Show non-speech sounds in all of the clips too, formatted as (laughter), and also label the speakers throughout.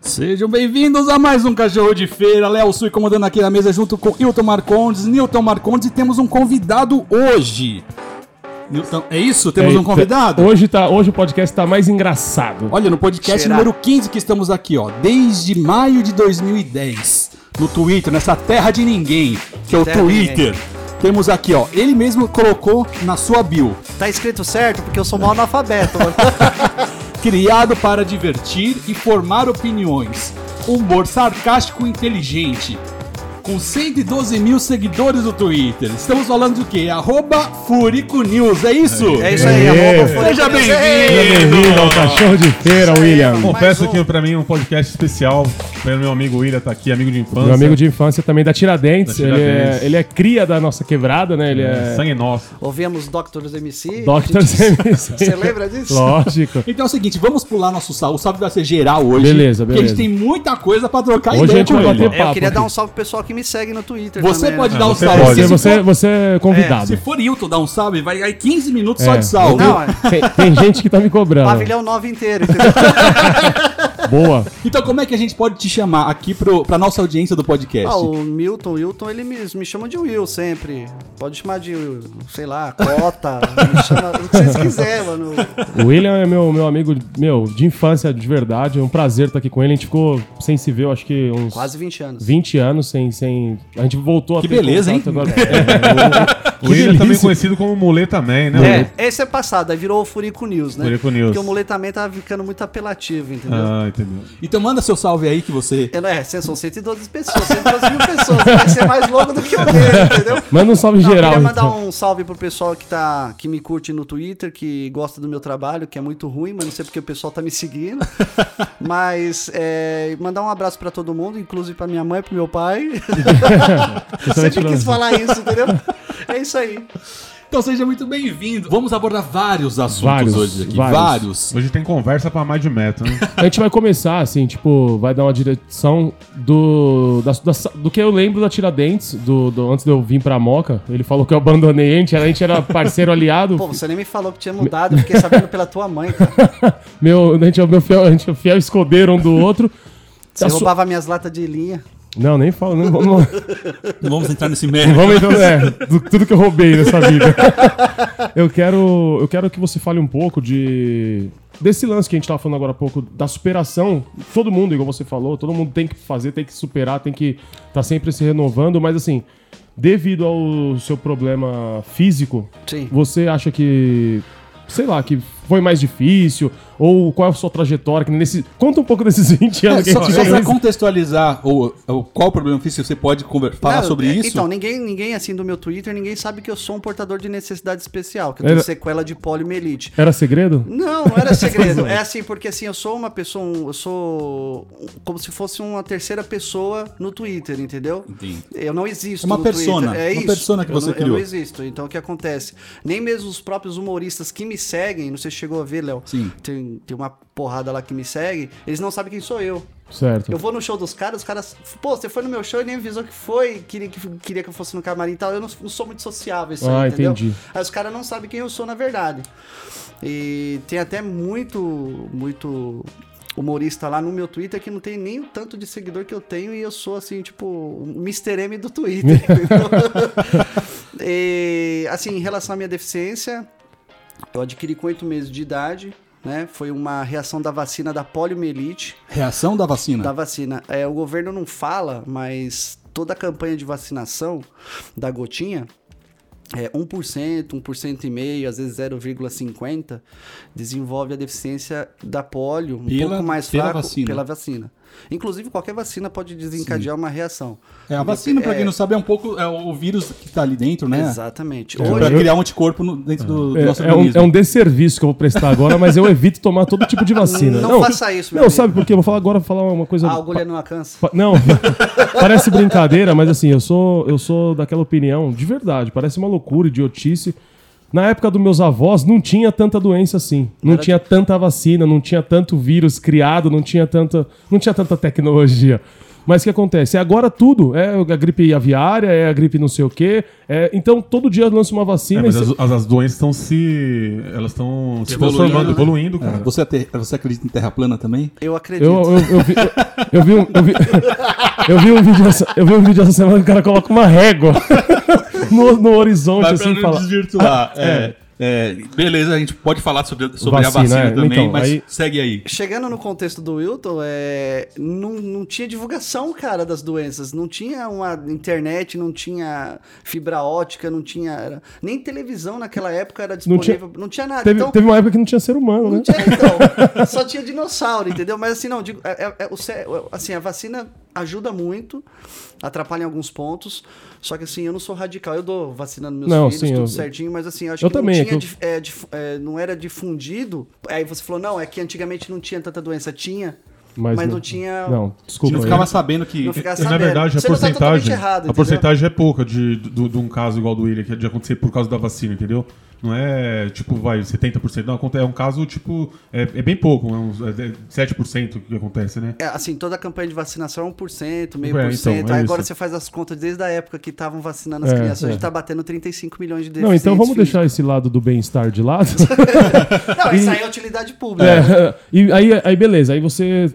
Speaker 1: Sejam bem-vindos a mais um Cachorro de Feira. Léo Sui comandando aqui na mesa junto com Hilton Marcondes, Newton Marcondes e temos um convidado hoje. Newton, é isso? Temos
Speaker 2: É,
Speaker 1: um
Speaker 2: então,
Speaker 1: convidado?
Speaker 2: Hoje, tá, hoje o podcast tá mais engraçado.
Speaker 1: Olha, no podcast
Speaker 3: Será?
Speaker 1: número 15 que estamos aqui, ó, desde maio de 2010, no Twitter, nessa terra de ninguém, que é o
Speaker 3: Terra de
Speaker 1: Twitter. Temos aqui, ó, ele mesmo colocou na sua bio.
Speaker 3: Tá escrito certo porque eu sou mal analfabeto. mano.
Speaker 1: Criado para divertir e formar opiniões. Humor sarcástico e inteligente. Com 112 mil seguidores no Twitter. Estamos falando do quê? Arroba Furico News, é isso?
Speaker 3: (laughs) É isso aí,
Speaker 2: É.
Speaker 3: arroba Folha
Speaker 1: Seja
Speaker 3: de Deus.
Speaker 1: bem-vindo.
Speaker 2: Seja bem-vindo ao Cachorro de Feira,
Speaker 3: Isso aí,
Speaker 2: William.
Speaker 3: Mais
Speaker 4: Confesso
Speaker 3: um.
Speaker 4: que pra mim é um podcast especial. Pelo meu amigo William tá aqui, amigo de infância.
Speaker 2: Meu amigo de infância também da Tiradentes.
Speaker 4: Da Tiradentes.
Speaker 2: Ele, é, ele é cria da nossa quebrada, né? Ele é
Speaker 4: Sangue nosso.
Speaker 3: Ouvimos Doctors MC.
Speaker 2: Dr. Zemis.
Speaker 3: (laughs) Você lembra disso?
Speaker 2: Lógico.
Speaker 1: Então é o seguinte, vamos pular nosso salve. O salve vai ser geral hoje.
Speaker 2: Beleza,
Speaker 1: Porque a gente
Speaker 2: beleza.
Speaker 1: tem muita coisa pra trocar
Speaker 2: Hoje a
Speaker 1: ideia
Speaker 2: gente
Speaker 1: com
Speaker 2: vai
Speaker 1: ele.
Speaker 2: bater
Speaker 3: É, eu queria
Speaker 2: Papo.
Speaker 3: dar um salve pro pessoal que me segue no Twitter.
Speaker 1: Você
Speaker 3: também,
Speaker 1: pode
Speaker 3: né?
Speaker 1: dar um
Speaker 4: Você
Speaker 1: salve.
Speaker 4: pode.
Speaker 1: Se,
Speaker 2: Você, você,
Speaker 1: for,
Speaker 2: você é convidado.
Speaker 1: se for Hilton dar um salve, vai aí 15 minutos só
Speaker 2: É.
Speaker 1: de um salve.
Speaker 3: Não, é
Speaker 2: Tem, tem gente que tá me cobrando.
Speaker 3: pavilhão
Speaker 1: (laughs)
Speaker 3: 9 inteiro, entendeu?
Speaker 2: Boa.
Speaker 1: Então como é que a gente pode te chamar aqui pro, pra nossa audiência do podcast?
Speaker 3: Ah, o Milton, Wilton, ele me, me chama de Will sempre. Pode chamar de, sei lá, Cota. (laughs) me chama o que vocês quiserem, mano.
Speaker 2: O William é meu, meu amigo, meu, de infância de verdade. É um prazer estar aqui com ele. A gente ficou sem se ver, eu acho que uns
Speaker 3: Quase 20 anos.
Speaker 2: 20 anos sem, sem. A gente voltou
Speaker 1: Que
Speaker 2: ter
Speaker 1: beleza, hein?
Speaker 2: contato Agora. É,
Speaker 4: O William
Speaker 2: delícia.
Speaker 4: também conhecido como Mulê também, né?
Speaker 3: É, esse é passado, aí virou o Furico News, né?
Speaker 4: Furico News.
Speaker 3: Porque o Mulê também tava ficando muito apelativo, entendeu?
Speaker 4: Ah, entendeu.
Speaker 1: Então manda seu salve aí que você.
Speaker 3: Eu não- É, cê- são 112 pessoas, 112 mil pessoas. Vai ser mais longo do que o dele,
Speaker 2: (laughs)
Speaker 3: entendeu?
Speaker 2: Manda um salve
Speaker 3: Não, eu
Speaker 2: geral.
Speaker 3: queria mandar
Speaker 2: então.
Speaker 3: um salve pro pessoal que, tá, que me curte no Twitter, que gosta do meu trabalho, que é muito ruim, mas não sei porque o pessoal tá me seguindo.
Speaker 2: (laughs)
Speaker 3: mas é, mandar um abraço pra todo mundo, inclusive pra minha mãe, pro meu pai. (laughs) Sempre
Speaker 2: Excelente
Speaker 3: quis
Speaker 2: lance.
Speaker 3: falar isso, entendeu? É isso aí.
Speaker 1: Então seja muito bem-vindo. Vamos abordar vários assuntos
Speaker 2: Vários,
Speaker 1: hoje aqui. Vários.
Speaker 2: vários.
Speaker 4: Hoje tem conversa pra mais de metro, né?
Speaker 2: A gente vai começar, assim, tipo, vai dar uma direção do. da- da- do que eu lembro da Tiradentes, do, do- antes de eu vir pra Moca. Ele falou que eu abandonei a gente, a gente era parceiro aliado.
Speaker 3: Pô, você nem me falou que tinha mudado, eu fiquei sabendo pela tua mãe, cara.
Speaker 2: meu, a gente é o meu fiel, a gente é o fiel escudeiro um do outro.
Speaker 3: Você
Speaker 2: A su-
Speaker 3: roubava minhas latas de linha.
Speaker 2: Não, nem falo, nem vamos lá.
Speaker 1: Não vamos entrar nesse
Speaker 2: (laughs)
Speaker 1: mérito.
Speaker 2: Vamos então, é, do- tudo que eu roubei nessa vida. (laughs) eu, quero, eu quero que você fale um pouco de. Desse lance que a gente tava falando agora há pouco, da superação. Todo mundo, igual você falou, todo mundo tem que fazer, tem que superar, tem que tá sempre se renovando, mas assim, devido ao seu problema físico,
Speaker 3: Sim.
Speaker 2: você acha que. Sei lá, que foi mais difícil? Ou qual é a sua trajetória? Que nesse... Conta um pouco desses (laughs) 20 anos
Speaker 1: É,
Speaker 2: que
Speaker 1: só
Speaker 2: a gente
Speaker 1: só pra
Speaker 2: fez.
Speaker 1: contextualizar o, o- qual o problema físico você pode conver- falar
Speaker 3: Não,
Speaker 1: sobre
Speaker 3: é,
Speaker 1: isso.
Speaker 3: Então, ninguém, ninguém assim do meu Twitter, ninguém sabe que eu sou um portador de necessidade especial, que eu tenho
Speaker 2: Era-
Speaker 3: sequela de poliomielite.
Speaker 2: Era segredo?
Speaker 3: Não, não
Speaker 1: (laughs)
Speaker 3: era segredo. É assim, porque assim, eu sou uma pessoa, um- eu sou um- como se fosse uma terceira pessoa no Twitter, entendeu?
Speaker 1: Entendi.
Speaker 3: Eu não existo
Speaker 1: Uma
Speaker 3: no
Speaker 1: persona,
Speaker 3: Twitter. É
Speaker 1: uma
Speaker 3: isso.
Speaker 1: persona que
Speaker 3: Eu
Speaker 1: você
Speaker 3: não- Eu
Speaker 1: criou.
Speaker 3: não existo. Então, o que acontece? Nem mesmo os próprios humoristas que me seguem, não sei se chegou a ver, Léo.
Speaker 1: Sim.
Speaker 3: Tem, tem uma porrada lá que me segue, eles não sabem quem sou eu.
Speaker 2: Certo.
Speaker 3: Eu vou no show dos caras, os caras. Pô, você foi no meu show e nem avisou que foi, queria que, queria que eu fosse no camarim e tal. Eu não, não sou muito sociável, isso
Speaker 2: Ah,
Speaker 3: aí, entendeu?
Speaker 2: entendi.
Speaker 3: Aí os caras não sabem quem eu sou, na verdade. E tem até muito, muito humorista lá no meu Twitter que não tem nem o tanto de seguidor que eu tenho e eu sou assim, tipo, o Mr. M
Speaker 2: (laughs)
Speaker 3: do Twitter. entendeu? E, assim, em relação à minha deficiência, eu adquiri com 8 meses de idade. Né? Foi uma reação da vacina da poliomielite.
Speaker 1: Reação da vacina.
Speaker 3: Da vacina. É, o governo não fala, mas toda a campanha de vacinação da gotinha é 1%, 1% e meio, às vezes 0,50, desenvolve a deficiência da polio, um
Speaker 1: Pela-
Speaker 3: pouco mais
Speaker 1: pela
Speaker 3: fraco
Speaker 1: vacina.
Speaker 3: pela vacina. Inclusive qualquer vacina pode desencadear uma reação.
Speaker 1: É, a vacina, pra quem
Speaker 3: É.
Speaker 1: não sabe, é um pouco é o vírus que tá ali dentro, né?
Speaker 3: Exatamente.
Speaker 1: Pra
Speaker 3: Hoje,
Speaker 1: criar um anticorpo no- dentro do, do
Speaker 2: É,
Speaker 1: nosso
Speaker 2: é um,
Speaker 1: organismo.
Speaker 2: é um desserviço que eu vou prestar agora, mas eu evito tomar todo tipo de vacina.
Speaker 3: Não faça isso, meu
Speaker 2: Não,
Speaker 3: amigo. Ah,
Speaker 2: sabe por quê? Eu Vou falar agora, vou falar uma coisa.
Speaker 3: a agulha não alcança.
Speaker 2: Pa- Não, (laughs) parece brincadeira, mas assim, eu sou, eu sou daquela opinião, de verdade, parece uma loucura, idiotice. Na época dos meus avós, não tinha tanta doença assim. Não tinha tanta vacina, não tinha tanto vírus criado, não tinha tanta, não tinha tanta tecnologia. Mas o que acontece? É agora tudo. É a gripe aviária, é a gripe não sei o quê. É, então, todo dia lança uma
Speaker 4: É,
Speaker 2: vacina. e
Speaker 4: mas
Speaker 2: se-
Speaker 4: as, as- as doenças estão se. Elas estão se
Speaker 1: Evoluindo,
Speaker 4: transformando,
Speaker 1: né?
Speaker 4: evoluindo,
Speaker 2: é um
Speaker 4: cara.
Speaker 5: Você, ate- você acredita em terra plana também?
Speaker 3: Eu acredito.
Speaker 2: Eu, eu, eu, vi, eu, vi um, eu, vi, (laughs) eu vi um vídeo essa, eu vi um vídeo essa semana que o cara coloca uma régua (laughs) no, no horizonte
Speaker 5: Vai pra
Speaker 2: assim e
Speaker 5: não
Speaker 2: fala.
Speaker 5: desvirtuar. é. é, beleza, a gente pode falar sobre, sobre a
Speaker 2: Vacina,
Speaker 5: vacina
Speaker 2: é.
Speaker 5: também,
Speaker 2: Então,
Speaker 5: mas
Speaker 2: aí-
Speaker 5: segue aí.
Speaker 3: Chegando no contexto do Wilton, é, não, não tinha divulgação, cara, das doenças. Não tinha uma internet, não tinha fibra ótica, não tinha. era- nem televisão naquela época era
Speaker 2: Não tinha-
Speaker 3: disponível. Não tinha, nada.
Speaker 2: Teve,
Speaker 3: então,
Speaker 2: teve uma época que não tinha ser humano, né?
Speaker 3: não tinha, (laughs) então. Só tinha dinossauro, entendeu? Mas assim, não, digo, é- é- é o sé- assim, a vacina ajuda muito, atrapalha em alguns pontos. Só que assim, eu não sou radical, eu dou vacina nos meus
Speaker 2: Não,
Speaker 3: filhos,
Speaker 2: sim,
Speaker 3: tudo
Speaker 2: eu-
Speaker 3: certinho, mas assim, eu acho
Speaker 2: Eu
Speaker 3: que
Speaker 2: também, é
Speaker 3: não
Speaker 2: que eu-
Speaker 3: tinha. dif- é, dif- é, não era difundido. Aí você falou, não, é que antigamente não tinha tanta doença, tinha. Mas, não tinha.
Speaker 2: Não, desculpa.
Speaker 5: Não
Speaker 2: eu-
Speaker 5: ficava sabendo que.
Speaker 3: Não ficava
Speaker 4: E, na
Speaker 3: sabendo.
Speaker 4: verdade, a
Speaker 3: Você não tá
Speaker 4: porcentagem,
Speaker 3: totalmente errado,
Speaker 4: a
Speaker 3: entendeu?
Speaker 4: porcentagem é pouca de, do- de um caso igual do William, que é de acontecer por causa da vacina, entendeu? Não é tipo, vai, 70%. Não, aconte- é um caso, tipo, é, é bem pouco, é uns é 7% que acontece, né?
Speaker 3: É, assim, toda a campanha de vacinação é 1%, meio
Speaker 4: É,
Speaker 3: por
Speaker 4: então, é
Speaker 3: cento. Aí agora
Speaker 4: isso.
Speaker 3: você faz as contas desde a época que estavam vacinando as
Speaker 2: É,
Speaker 3: crianças. A
Speaker 2: é.
Speaker 3: gente tá batendo 35 milhões de
Speaker 2: Não, então vamos
Speaker 3: deficientes
Speaker 2: deixar esse lado do bem-estar
Speaker 5: (laughs)
Speaker 2: de lado.
Speaker 3: físicos. Não, isso aí é utilidade pública.
Speaker 2: É, (laughs) e aí, aí beleza, aí você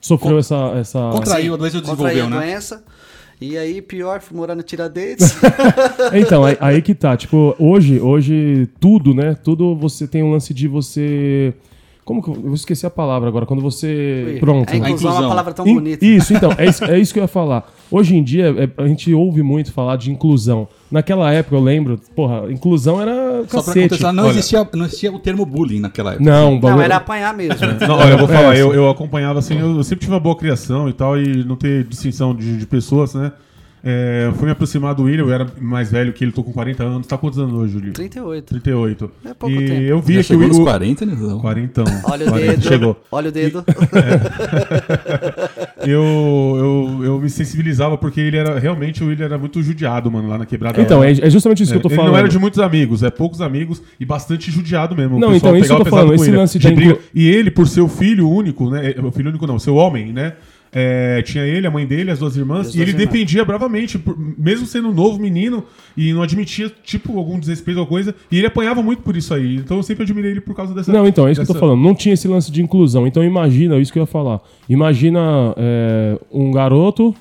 Speaker 2: sofreu essa, essa.
Speaker 5: Contraiu a doença ou
Speaker 3: Contraí a
Speaker 5: desenvolveu, né?
Speaker 3: doença. E aí, pior, fui morar no Tiradentes.
Speaker 2: Então, aí, aí que tá. Tipo, hoje, hoje, tudo, né? Tudo você tem um lance de você. Como que eu, eu vou esquecer a palavra agora? Quando você. (laughs) Pronto.
Speaker 3: A inclusão, é
Speaker 5: inclusão.
Speaker 3: uma palavra tão
Speaker 2: In-
Speaker 3: bonita.
Speaker 2: Isso, então, é isso, é isso que eu ia falar. Hoje em dia, é- a gente ouve muito falar de inclusão. Naquela época, eu lembro, porra, inclusão era
Speaker 5: Só pra
Speaker 2: cacete.
Speaker 5: contestar, não
Speaker 4: Olha.
Speaker 5: existia, não existia o termo bullying naquela época.
Speaker 2: Não,
Speaker 3: Não,
Speaker 2: bagulho-
Speaker 3: era apanhar mesmo.
Speaker 5: É.
Speaker 4: Não, olha, eu vou falar, eu, eu acompanhava assim, eu, eu sempre tive uma boa criação e tal, e não ter distinção de, de pessoas, né? É, eu fui me aproximar do William, eu era mais velho que ele, tô com 40 anos. Tá quantos anos hoje, Júlio?
Speaker 3: 38.
Speaker 4: 38.
Speaker 3: É pouco
Speaker 4: e
Speaker 3: tempo.
Speaker 4: eu
Speaker 5: Já
Speaker 4: via que o
Speaker 5: chegou nos
Speaker 4: William.
Speaker 5: 40, né? Não.
Speaker 4: 40.
Speaker 3: Olha o dedo.
Speaker 4: Chegou.
Speaker 3: Olha o dedo.
Speaker 4: eu, eu, eu me sensibilizava porque ele era realmente o William era muito judiado, mano, lá na quebrada.
Speaker 2: Então,
Speaker 4: lá.
Speaker 2: é, é justamente isso que eu tô
Speaker 4: ele
Speaker 2: falando.
Speaker 4: não era de muitos amigos, é poucos amigos e bastante judiado mesmo. O
Speaker 2: Não, então,
Speaker 4: pessoal
Speaker 2: isso
Speaker 4: pegava
Speaker 2: eu tô
Speaker 4: pesado
Speaker 2: falando,
Speaker 4: com
Speaker 2: esse
Speaker 4: ele,
Speaker 2: lance
Speaker 4: de
Speaker 2: de
Speaker 4: briga.
Speaker 2: inclu-
Speaker 4: E ele, por ser o filho único, né? O filho único não, seu homem, né? é, tinha ele, a mãe dele, as duas irmãs,
Speaker 3: as
Speaker 4: e ele
Speaker 3: duas irmãs.
Speaker 4: defendia bravamente, por- mesmo sendo um novo menino, e não admitia, tipo, algum desrespeito ou coisa, e ele apanhava muito por isso aí. Então eu sempre admirei ele por causa dessa.
Speaker 2: Não, então, é isso que eu tô
Speaker 4: dessa-
Speaker 2: falando. Não tinha esse lance de inclusão. Então imagina, isso que eu ia falar. Imagina é, um garoto,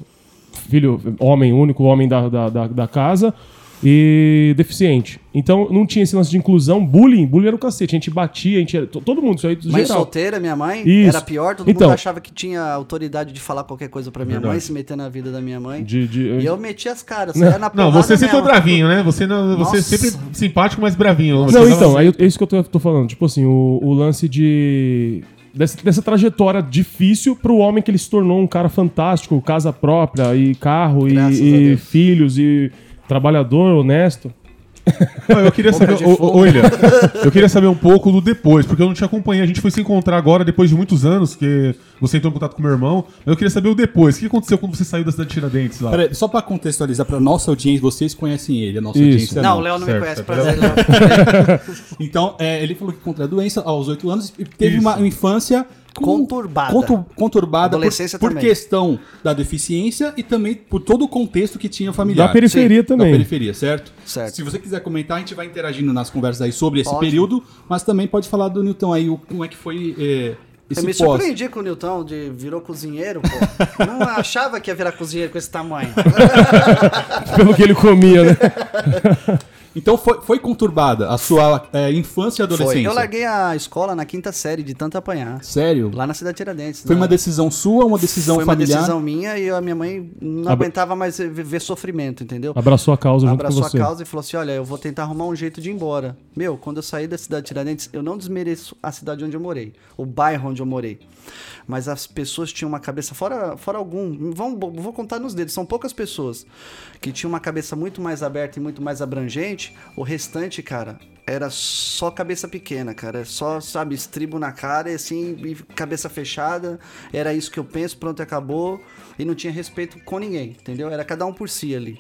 Speaker 2: filho, homem único, homem da, da, da, da casa, e deficiente. Então não tinha esse lance de inclusão. Bullying, bullying era o cacete. A gente batia, a gente era, to- todo mundo, isso aí
Speaker 3: Mãe
Speaker 2: geral.
Speaker 3: solteira, minha mãe,
Speaker 2: Isso.
Speaker 3: era pior, todo
Speaker 2: Então.
Speaker 3: mundo achava que tinha autoridade de falar qualquer coisa pra minha mãe, se meter na vida da minha mãe.
Speaker 2: De, de-
Speaker 3: E eu meti as caras, saia na
Speaker 4: Não,
Speaker 3: porrada
Speaker 4: você sempre
Speaker 3: mesmo.
Speaker 4: foi bravinho, né? Você, não, você é
Speaker 3: Nossa.
Speaker 4: sempre simpático, mas bravinho. Você tá
Speaker 2: Não,
Speaker 4: tava- assim.
Speaker 2: então, aí eu- é isso que eu tô, tô falando. Tipo assim, o, o lance de. Dessa, dessa trajetória difícil pro homem que ele se tornou um cara fantástico, casa própria e carro e,
Speaker 3: Graças a
Speaker 2: e
Speaker 3: Deus.
Speaker 2: filhos e trabalhador honesto.
Speaker 4: Não, eu queria saber. o- o- Olha, eu queria saber um pouco do depois, porque eu não te acompanhei. A gente foi se encontrar agora depois de muitos anos, que você entrou em contato com meu irmão. Mas eu queria saber o depois. O que aconteceu quando você saiu da cidade de Tiradentes lá?
Speaker 5: Peraí, só pra contextualizar, pra nossa audiência, vocês conhecem ele, a nossa
Speaker 2: Isso.
Speaker 5: audiência
Speaker 3: Não, o Léo não
Speaker 4: Certo,
Speaker 3: me conhece,
Speaker 2: tá
Speaker 4: certo.
Speaker 3: prazer, Léo.
Speaker 5: Então, é, ele falou que contraiu a doença aos 8 anos e teve
Speaker 4: Isso.
Speaker 5: uma infância com-
Speaker 3: Conturbada.
Speaker 5: contur- conturbada
Speaker 3: Adolescência
Speaker 5: por, por
Speaker 3: também.
Speaker 5: questão da deficiência e também por todo o contexto que tinha familiar.
Speaker 2: Da periferia também.
Speaker 5: Da periferia, certo?
Speaker 3: Certo.
Speaker 5: Se você quiser comentar, a gente vai interagindo nas conversas aí sobre esse
Speaker 3: Ótimo.
Speaker 5: período, mas também pode falar do Newton aí, o- como é que foi é, esse
Speaker 3: Eu me
Speaker 5: pós.
Speaker 3: surpreendi com o Newton de virou cozinheiro, pô. Não achava que ia virar cozinheiro com esse tamanho.
Speaker 2: (laughs) Pelo que ele comia, né?
Speaker 5: Então foi, foi conturbada a sua é, infância e
Speaker 3: Foi.
Speaker 5: adolescência?
Speaker 3: Eu larguei a escola na quinta série de tanto apanhar.
Speaker 5: Sério?
Speaker 3: Lá na cidade de Tiradentes.
Speaker 5: Foi
Speaker 3: na-
Speaker 5: uma decisão sua, uma decisão
Speaker 3: Foi uma
Speaker 5: familiar?
Speaker 3: decisão minha e a minha mãe não
Speaker 2: Abra-
Speaker 3: aguentava mais ver, ver sofrimento, entendeu?
Speaker 2: Abraçou a causa junto
Speaker 3: Abraçou
Speaker 2: com
Speaker 3: a
Speaker 2: você.
Speaker 3: causa e falou assim: olha, eu vou tentar arrumar um jeito de ir embora. Meu, quando eu saí da cidade de Tiradentes, eu não desmereço a cidade onde eu morei, o bairro onde eu morei. Mas as pessoas tinham uma cabeça, fora, fora algum, vão, vou contar nos dedos, são poucas pessoas que tinham uma cabeça muito mais aberta e muito mais abrangente. O restante, cara, era só cabeça pequena, cara. É Só, sabe, estribo na cara e assim, e cabeça fechada. Era isso que eu penso, pronto, acabou. E não tinha respeito com ninguém, entendeu? Era cada um por si ali.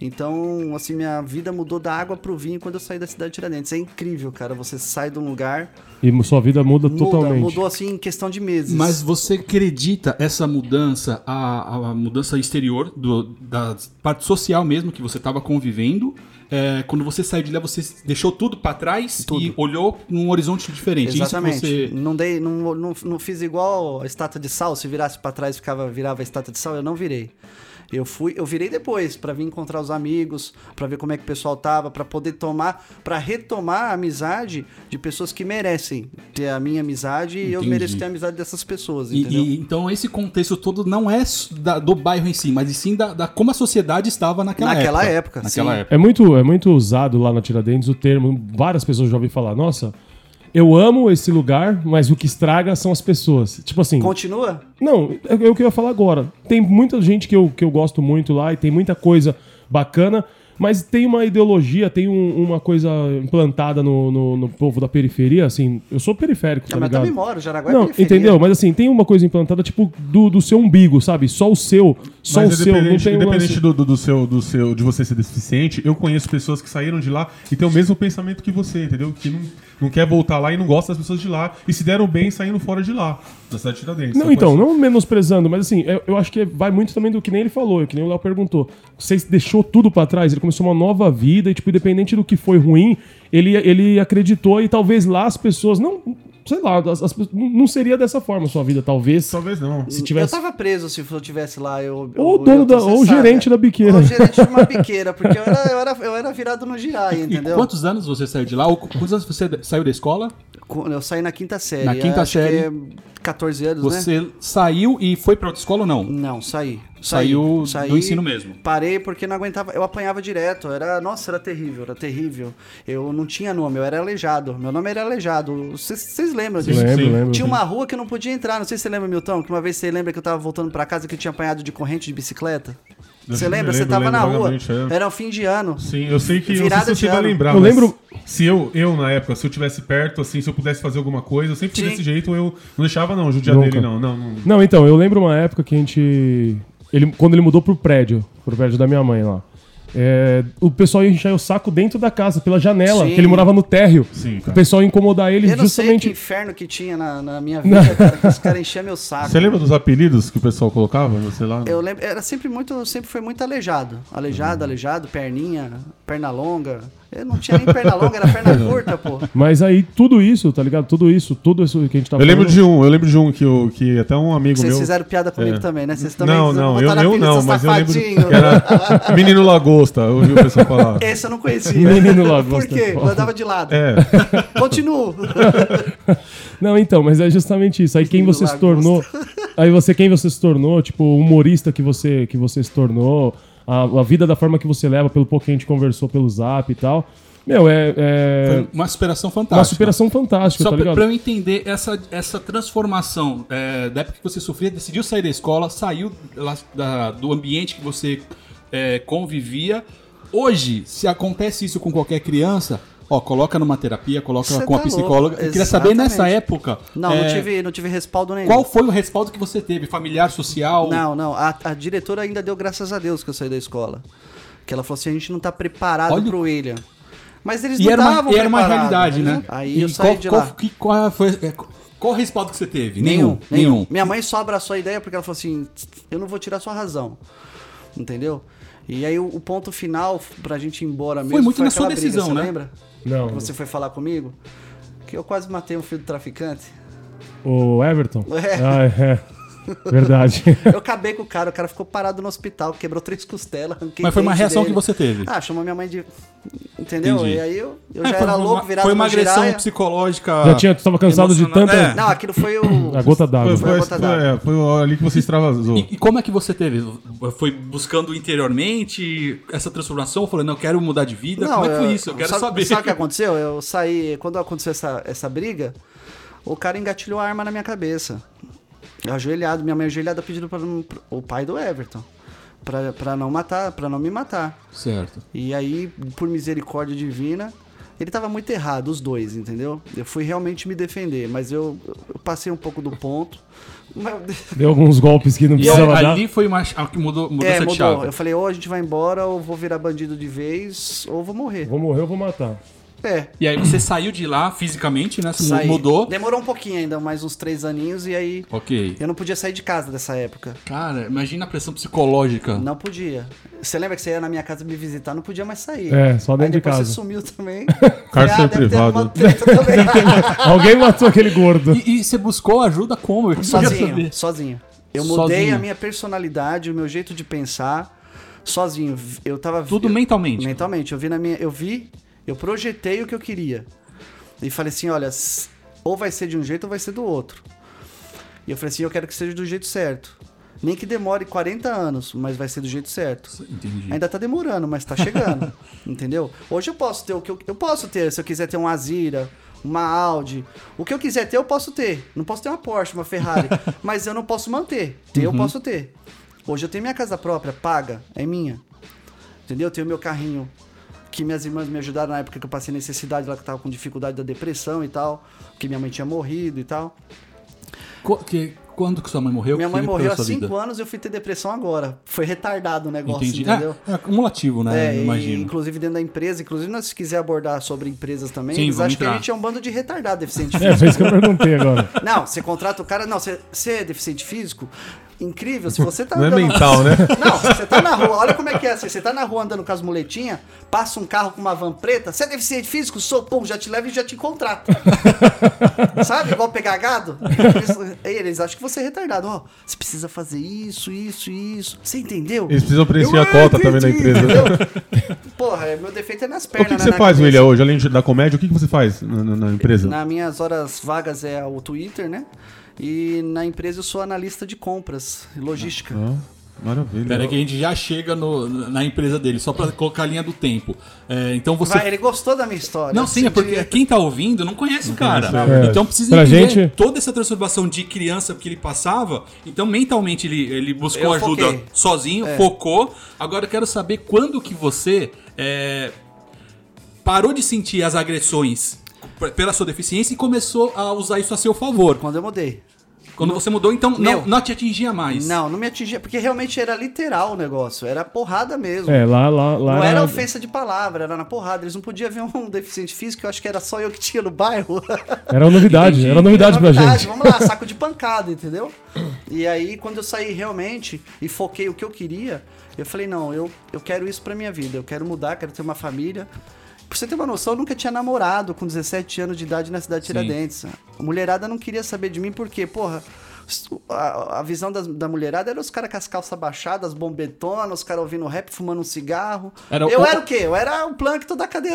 Speaker 3: Então, assim, minha vida mudou da água pro vinho quando eu saí da cidade de Tiradentes. É incrível, cara. Você sai de um lugar,
Speaker 2: E sua vida muda,
Speaker 3: muda,
Speaker 2: totalmente.
Speaker 3: mudou assim em questão de meses.
Speaker 1: Mas você acredita essa mudança, a, a mudança exterior, do- da parte social mesmo que você estava convivendo? É, quando você saiu de lá, você deixou tudo pra trás e
Speaker 3: Tudo.
Speaker 1: olhou num horizonte diferente.
Speaker 3: Exatamente.
Speaker 1: Isso que você...
Speaker 3: Não dei, não, não, não fiz igual a estátua de sal, se virasse pra trás ficava virava a estátua de sal, eu não virei. Eu fui, eu virei depois pra vir encontrar os amigos, pra ver como é que o pessoal tava, pra poder tomar, pra retomar a amizade de pessoas que merecem ter a minha amizade e eu
Speaker 1: Entendi.
Speaker 3: mereço ter a amizade dessas pessoas,
Speaker 1: E-
Speaker 3: entendeu?
Speaker 1: e- então esse contexto todo não é s- da- do bairro em si, mas e sim da, da como a sociedade estava naquela,
Speaker 3: Naquela época,
Speaker 1: naquela
Speaker 3: sim.
Speaker 1: época.
Speaker 2: É muito, é muito usado lá na Tiradentes o termo, várias pessoas já ouvi falar, nossa, eu amo esse lugar, mas o que estraga são as pessoas. Tipo assim,
Speaker 3: Continua?
Speaker 2: não, é o que eu ia falar agora. Tem muita gente que eu, que eu gosto muito lá e tem muita coisa bacana, mas tem uma ideologia, tem um- uma coisa implantada no, no- no povo da periferia, assim, eu sou periférico, tá
Speaker 3: Ah, mas eu
Speaker 2: ligado?
Speaker 3: também moro, Jaraguá é
Speaker 2: Não,
Speaker 3: periferia.
Speaker 2: entendeu? Mas assim, tem uma coisa implantada, tipo, do, do seu umbigo, sabe? Só o seu, só
Speaker 4: Mas
Speaker 2: o seu, não
Speaker 4: independente,
Speaker 2: tem um
Speaker 4: independente
Speaker 2: lance...
Speaker 4: do, do- do seu, do seu, de você ser deficiente, eu conheço pessoas que saíram de lá e têm o mesmo pensamento que você, entendeu? Que não, não quer voltar lá e não gosta das pessoas de lá e se deram bem saindo fora de lá, da cidade de Tiradentes.
Speaker 2: Não,
Speaker 4: Eu
Speaker 2: então,
Speaker 4: conheço-
Speaker 2: não menosprezando, mas assim, eu, eu acho que vai muito também do que nem ele falou, que nem o Léo perguntou. Você deixou tudo pra trás, ele começou uma nova vida e, tipo, independente do que foi ruim, ele, ele acreditou e talvez lá as pessoas não. Sei lá, as- as pessoas- não seria dessa forma a sua vida, talvez.
Speaker 4: Talvez não.
Speaker 2: Se tivesse.
Speaker 3: Eu tava preso se eu tivesse lá. Eu,
Speaker 2: Ou
Speaker 3: eu-
Speaker 2: o dono
Speaker 3: eu
Speaker 2: da-
Speaker 3: tô
Speaker 2: ou o
Speaker 3: cessado,
Speaker 2: gerente
Speaker 3: né?
Speaker 2: da biqueira.
Speaker 3: Ou o gerente de uma biqueira, porque eu era, eu era, eu era virado no girai,
Speaker 1: E
Speaker 3: entendeu?
Speaker 1: quantos anos você saiu de lá? Ou quantos anos você de- saiu da escola?
Speaker 3: Quando Eu saí na quinta série.
Speaker 1: Na quinta
Speaker 3: acho que
Speaker 1: série.
Speaker 3: é 14 anos, né?
Speaker 1: Você saiu e foi pra outra escola ou não?
Speaker 3: Não, saí. Saí,
Speaker 1: Saiu
Speaker 3: saí,
Speaker 1: do ensino mesmo.
Speaker 3: Parei porque não aguentava. Eu apanhava direto. Era, nossa, era terrível, era terrível. Eu não tinha nome, eu era aleijado. Meu nome era aleijado. Vocês vocês lembram disso?
Speaker 2: Lembro,
Speaker 4: Sim.
Speaker 2: lembro.
Speaker 3: Tinha uma rua que eu não podia entrar. Não sei se você lembra, Milton, que uma vez você lembra que eu tava voltando pra casa que eu tinha apanhado de corrente de bicicleta.
Speaker 4: Eu
Speaker 3: Você
Speaker 4: lembro,
Speaker 3: lembra? Você
Speaker 4: lembro,
Speaker 3: tava
Speaker 4: lembro
Speaker 3: na rua.
Speaker 4: vagamente, é.
Speaker 3: Era o fim de ano.
Speaker 4: Sim, eu sei que. Eu não sei
Speaker 3: Virada
Speaker 4: se
Speaker 3: de
Speaker 4: você vai
Speaker 3: ano.
Speaker 4: lembrar.
Speaker 2: Eu
Speaker 4: mas
Speaker 2: lembro-
Speaker 4: Se eu, eu, na época, se eu tivesse perto, assim, se eu pudesse fazer alguma coisa, eu sempre fui
Speaker 3: Sim.
Speaker 4: desse jeito, eu não deixava, não, judia
Speaker 2: Nunca.
Speaker 4: dele, não. Não, não.
Speaker 2: Não, então, eu lembro uma época que a gente. Ele, quando ele mudou pro prédio, pro prédio da minha mãe lá. é, o pessoal ia encher o saco dentro da casa, pela janela,
Speaker 3: Sim.
Speaker 2: que ele morava no térreo.
Speaker 4: Sim,
Speaker 2: O
Speaker 4: cara.
Speaker 2: pessoal ia incomodar ele
Speaker 3: Eu não sei que
Speaker 2: justamente.
Speaker 3: inferno que tinha na, na minha vida, cara, que os caras enchiam meu saco.
Speaker 4: Você lembra dos apelidos que o pessoal colocava? Sei lá.
Speaker 3: Eu lembro, era sempre muito, eu sempre foi muito aleijado. Aleijado,
Speaker 4: Uhum.
Speaker 3: aleijado, perninha, perna longa. Eu não tinha nem perna longa, era
Speaker 4: (laughs)
Speaker 3: perna curta, pô.
Speaker 2: Mas aí tudo isso, tá ligado? Tudo isso, tudo isso que a gente tá
Speaker 4: Eu lembro de um, eu lembro de um que, eu, que até um amigo
Speaker 3: Vocês
Speaker 4: meu.
Speaker 3: fizeram piada comigo
Speaker 4: É.
Speaker 3: também, né? Vocês também
Speaker 4: não, não, eu,
Speaker 3: botaram
Speaker 4: eu
Speaker 3: apelido,
Speaker 4: não,
Speaker 3: seu
Speaker 4: mas eu lembro que
Speaker 3: safadinho. (laughs)
Speaker 4: (laughs) era Menino Lagosta, eu ouvi o pessoal falar.
Speaker 3: Esse eu não conhecia.
Speaker 2: Menino lagosta.
Speaker 3: Por quê? Eu andava de lado.
Speaker 4: É,
Speaker 3: Continuo.
Speaker 2: Não, então, mas é justamente isso. Aí quem
Speaker 3: Menino
Speaker 2: você se
Speaker 3: lagosta.
Speaker 2: tornou. Aí você, quem você se tornou, tipo, o humorista que você, que você se tornou, a, a vida da forma que você leva, pelo pouco que a gente conversou pelo zap e tal. Meu, é. é
Speaker 1: Foi uma superação fantástica.
Speaker 2: uma superação fantástica,
Speaker 1: Só
Speaker 2: tá
Speaker 1: pra
Speaker 2: ligado?
Speaker 1: pra eu entender essa, essa transformação é, da época que você sofria, decidiu sair da escola, saiu lá da- do ambiente que você é, convivia. Hoje, se acontece isso com qualquer criança, ó, coloca numa terapia, coloca
Speaker 3: Você
Speaker 1: com a
Speaker 3: tá
Speaker 1: psicóloga.
Speaker 3: louco,
Speaker 1: Eu queria saber
Speaker 3: exatamente.
Speaker 1: nessa época.
Speaker 3: Não,
Speaker 1: é,
Speaker 3: não, tive, não tive respaldo nenhum.
Speaker 1: Qual foi o respaldo que você teve? Familiar, social?
Speaker 3: Não, não. A, a diretora ainda deu graças a Deus que eu saí da escola. Que ela falou assim: a gente não tá preparado
Speaker 1: Olha o-
Speaker 3: pro William. Mas eles
Speaker 1: E
Speaker 3: não
Speaker 1: era uma,
Speaker 3: estavam
Speaker 1: e era uma
Speaker 3: preparados.
Speaker 1: realidade, né?
Speaker 3: Aí
Speaker 1: E
Speaker 3: eu saí
Speaker 1: qual,
Speaker 3: de
Speaker 1: qual-
Speaker 3: lá.
Speaker 1: que- qual foi, é, qual o respaldo que você teve? Nenhum. Nenhum.
Speaker 3: Minha mãe só abraçou a ideia porque ela falou assim: eu não vou tirar sua razão. Entendeu? E aí o, o ponto final pra gente ir embora mesmo.
Speaker 1: muito na sua
Speaker 3: aquela briga,
Speaker 1: decisão,
Speaker 3: você
Speaker 1: né?
Speaker 3: lembra?
Speaker 2: Não.
Speaker 3: Que Você foi falar comigo? Que eu quase matei um filho do traficante.
Speaker 2: O Everton?
Speaker 3: É.
Speaker 2: Ah, é.
Speaker 3: (laughs)
Speaker 2: Verdade.
Speaker 3: Eu acabei com o cara, o cara ficou parado no hospital, quebrou três costelas, arranquei
Speaker 1: Mas foi uma
Speaker 3: dente
Speaker 1: reação que
Speaker 3: dele.
Speaker 1: você teve.
Speaker 3: Ah, chamou minha mãe de. Entendeu?
Speaker 1: Entendi.
Speaker 3: E aí eu, eu
Speaker 1: É,
Speaker 3: já
Speaker 1: foi
Speaker 3: era
Speaker 1: uma-
Speaker 3: louco, virado
Speaker 1: Foi uma
Speaker 3: no
Speaker 1: agressão
Speaker 3: giraia.
Speaker 1: psicológica.
Speaker 2: Já tinha, tu tava cansado de
Speaker 1: Emocionante.
Speaker 2: tanta.
Speaker 1: É.
Speaker 3: Não, aquilo foi
Speaker 2: (laughs)
Speaker 3: o.
Speaker 2: A gota
Speaker 4: foi,
Speaker 2: d'água.
Speaker 4: foi-
Speaker 3: Foi a gota
Speaker 4: foi-
Speaker 3: d'água.
Speaker 4: é, foi ali que você extravasou.
Speaker 1: E, e como é que você teve? Foi buscando interiormente essa transformação? Falando, não, eu quero mudar de vida? como é que foi
Speaker 3: eu-
Speaker 1: isso? Eu quero
Speaker 3: sabe,
Speaker 1: saber.
Speaker 3: Sabe o que é- aconteceu? Eu saí. Quando aconteceu essa, essa briga, o cara engatilhou a arma na minha cabeça. Ajoelhado, minha mãe ajoelhada pedindo para o pai do Everton. Pra, pra não matar, para não me matar.
Speaker 1: Certo.
Speaker 3: E aí, por misericórdia divina, Ele tava muito errado, os dois, entendeu? Eu fui realmente me defender, mas eu, eu passei um pouco do ponto. Mas-
Speaker 2: Deu alguns golpes que não
Speaker 1: E aí,
Speaker 2: precisava dar.
Speaker 1: ali foi uma chave que mudou, mudou
Speaker 3: É,
Speaker 1: essa
Speaker 3: mudou.
Speaker 1: chave.
Speaker 3: Eu falei, ou a gente vai embora, ou vou virar bandido de vez, ou vou morrer.
Speaker 2: Vou morrer ou vou matar.
Speaker 3: É.
Speaker 1: E aí você saiu de lá fisicamente, né? Você mu-
Speaker 3: saí.
Speaker 1: mudou.
Speaker 3: Demorou um pouquinho ainda, mais uns três aninhos, e aí
Speaker 1: Ok.
Speaker 3: eu não podia sair de casa dessa época.
Speaker 1: Cara, imagina a pressão psicológica.
Speaker 3: Não podia. Você lembra que você ia na minha casa me visitar? Não podia mais sair.
Speaker 2: É, só dentro
Speaker 3: Aí
Speaker 2: de
Speaker 3: depois
Speaker 2: casa.
Speaker 3: você
Speaker 2: (laughs)
Speaker 3: sumiu também. Ah,
Speaker 4: Cárcere
Speaker 3: deve ter
Speaker 4: privado.
Speaker 3: uma treta também.
Speaker 2: Alguém matou aquele gordo.
Speaker 1: E, e você buscou ajuda como? Eu queria
Speaker 3: sozinho,
Speaker 1: saber.
Speaker 3: sozinho. Eu mudei
Speaker 1: Sozinho.
Speaker 3: a minha personalidade, o meu jeito de pensar, sozinho. Eu tava...
Speaker 1: Tudo
Speaker 3: eu-
Speaker 1: mentalmente.
Speaker 3: Mentalmente, eu vi na minha, eu vi, eu projetei o que eu queria. E falei assim, olha, s- ou vai ser de um jeito ou vai ser do outro. E eu falei assim, eu quero que seja do jeito certo. Nem que demore 40 anos, mas vai ser do jeito certo.
Speaker 1: Entendi.
Speaker 3: Ainda tá demorando, mas
Speaker 1: (laughs)
Speaker 3: tá chegando. entendeu? Hoje eu posso ter o que eu, eu posso ter, se eu quiser ter uma Azira, uma Audi, o que eu quiser ter eu posso ter. Não posso ter uma Porsche, uma Ferrari,
Speaker 1: (laughs)
Speaker 3: mas eu não posso manter. Ter
Speaker 1: Uhum.
Speaker 3: eu posso ter. Hoje eu tenho minha casa própria, paga, é minha. Entendeu? Eu tenho meu carrinho que minhas irmãs me ajudaram na época que eu passei necessidade lá que eu tava com dificuldade da depressão e tal, que minha mãe tinha morrido e tal.
Speaker 1: Co- que- quando que sua mãe morreu?
Speaker 3: minha
Speaker 1: Que
Speaker 3: mãe
Speaker 1: foi
Speaker 3: morreu
Speaker 1: a
Speaker 3: há
Speaker 1: sua
Speaker 3: 5
Speaker 1: vida?
Speaker 3: anos e eu fui ter depressão agora. Foi retardado o negócio,
Speaker 1: Entendi.
Speaker 3: entendeu?
Speaker 1: É, é acumulativo, né?
Speaker 3: É,
Speaker 1: Eu
Speaker 3: e
Speaker 1: imagino.
Speaker 3: inclusive dentro da empresa, inclusive nós, se quiser abordar sobre empresas também,
Speaker 1: Sim,
Speaker 3: eles
Speaker 1: vamos
Speaker 3: acham que
Speaker 1: entrar.
Speaker 3: a gente é um bando de retardado deficiente
Speaker 2: É,
Speaker 3: físico.
Speaker 2: foi isso que eu perguntei agora.
Speaker 3: não, você contrata o cara, não, você, você é deficiente físico? Incrível, se você tá
Speaker 4: Não é mental, né?
Speaker 3: (laughs) Não, você tá na rua, olha como é que é assim, você tá na rua andando com as muletinhas, passa um carro com uma van preta, você é deficiente físico? Sou, pum, já te leva e já te
Speaker 4: (laughs)
Speaker 3: contrata. Sabe? Igual pegar gado. Eles, eles acham que você é retardado. Ó, você precisa fazer isso, isso, isso. Você entendeu?
Speaker 4: Eles precisam preencher
Speaker 3: Eu
Speaker 4: a cota também na
Speaker 3: entendi,
Speaker 4: empresa.
Speaker 3: entendeu? Porra, é, meu defeito é nas
Speaker 4: O que,
Speaker 3: pernas.
Speaker 4: que
Speaker 3: né,
Speaker 4: você
Speaker 3: na
Speaker 4: faz,
Speaker 3: cabeça.
Speaker 4: William, hoje? Além de- da comédia, o que, que você faz na, na- na empresa?
Speaker 3: Nas minhas horas vagas é o Twitter, né? E na empresa eu sou analista de compras e logística.
Speaker 4: Ó, maravilha.
Speaker 1: Pera que a gente já chega no- na empresa dele, só pra colocar a linha do tempo. É, então você.
Speaker 3: Vai, ele gostou da minha história.
Speaker 1: Não, sim, é
Speaker 3: Senti-
Speaker 1: porque quem tá ouvindo não conhece o cara.
Speaker 2: conhece, é.
Speaker 1: Então precisa
Speaker 2: Pra
Speaker 1: entender
Speaker 2: gente-
Speaker 1: toda essa transformação de criança que ele passava. Então mentalmente ele, ele buscou
Speaker 3: Eu foquei. É.
Speaker 1: ajuda sozinho, focou. Agora eu quero saber quando que você é, parou de sentir as agressões p- pela sua deficiência e começou a usar isso a seu favor.
Speaker 3: Quando eu mudei.
Speaker 1: Quando você mudou, então não,
Speaker 3: Meu.
Speaker 1: não te atingia mais.
Speaker 3: Não, não me atingia, porque realmente era literal o negócio, era porrada mesmo.
Speaker 2: É, lá, lá, lá.
Speaker 3: Não
Speaker 2: era-
Speaker 3: era ofensa de palavra, era na porrada. Eles não podiam ver um deficiente físico, eu acho que era só eu que tinha no bairro. (laughs)
Speaker 2: Era uma novidade,
Speaker 1: Entendi.
Speaker 2: era uma novidade
Speaker 3: Era
Speaker 2: pra
Speaker 3: novidade,
Speaker 2: gente.
Speaker 3: Vamos
Speaker 2: (laughs)
Speaker 3: lá, saco de pancada, entendeu? E aí, quando eu saí realmente e foquei o que eu queria, eu falei, não, eu, eu quero isso pra minha vida, eu quero mudar, quero ter uma família. Pra você ter uma noção, eu nunca tinha namorado com 17 anos de idade na cidade de Tiradentes. A mulherada não queria saber de mim porque, porra, a, a visão das- da mulherada era os caras com as calças baixadas, bombetonas, os caras ouvindo rap, fumando um cigarro.
Speaker 1: Era
Speaker 3: eu
Speaker 1: o-
Speaker 3: era o quê? Eu era o plâncton da cadeia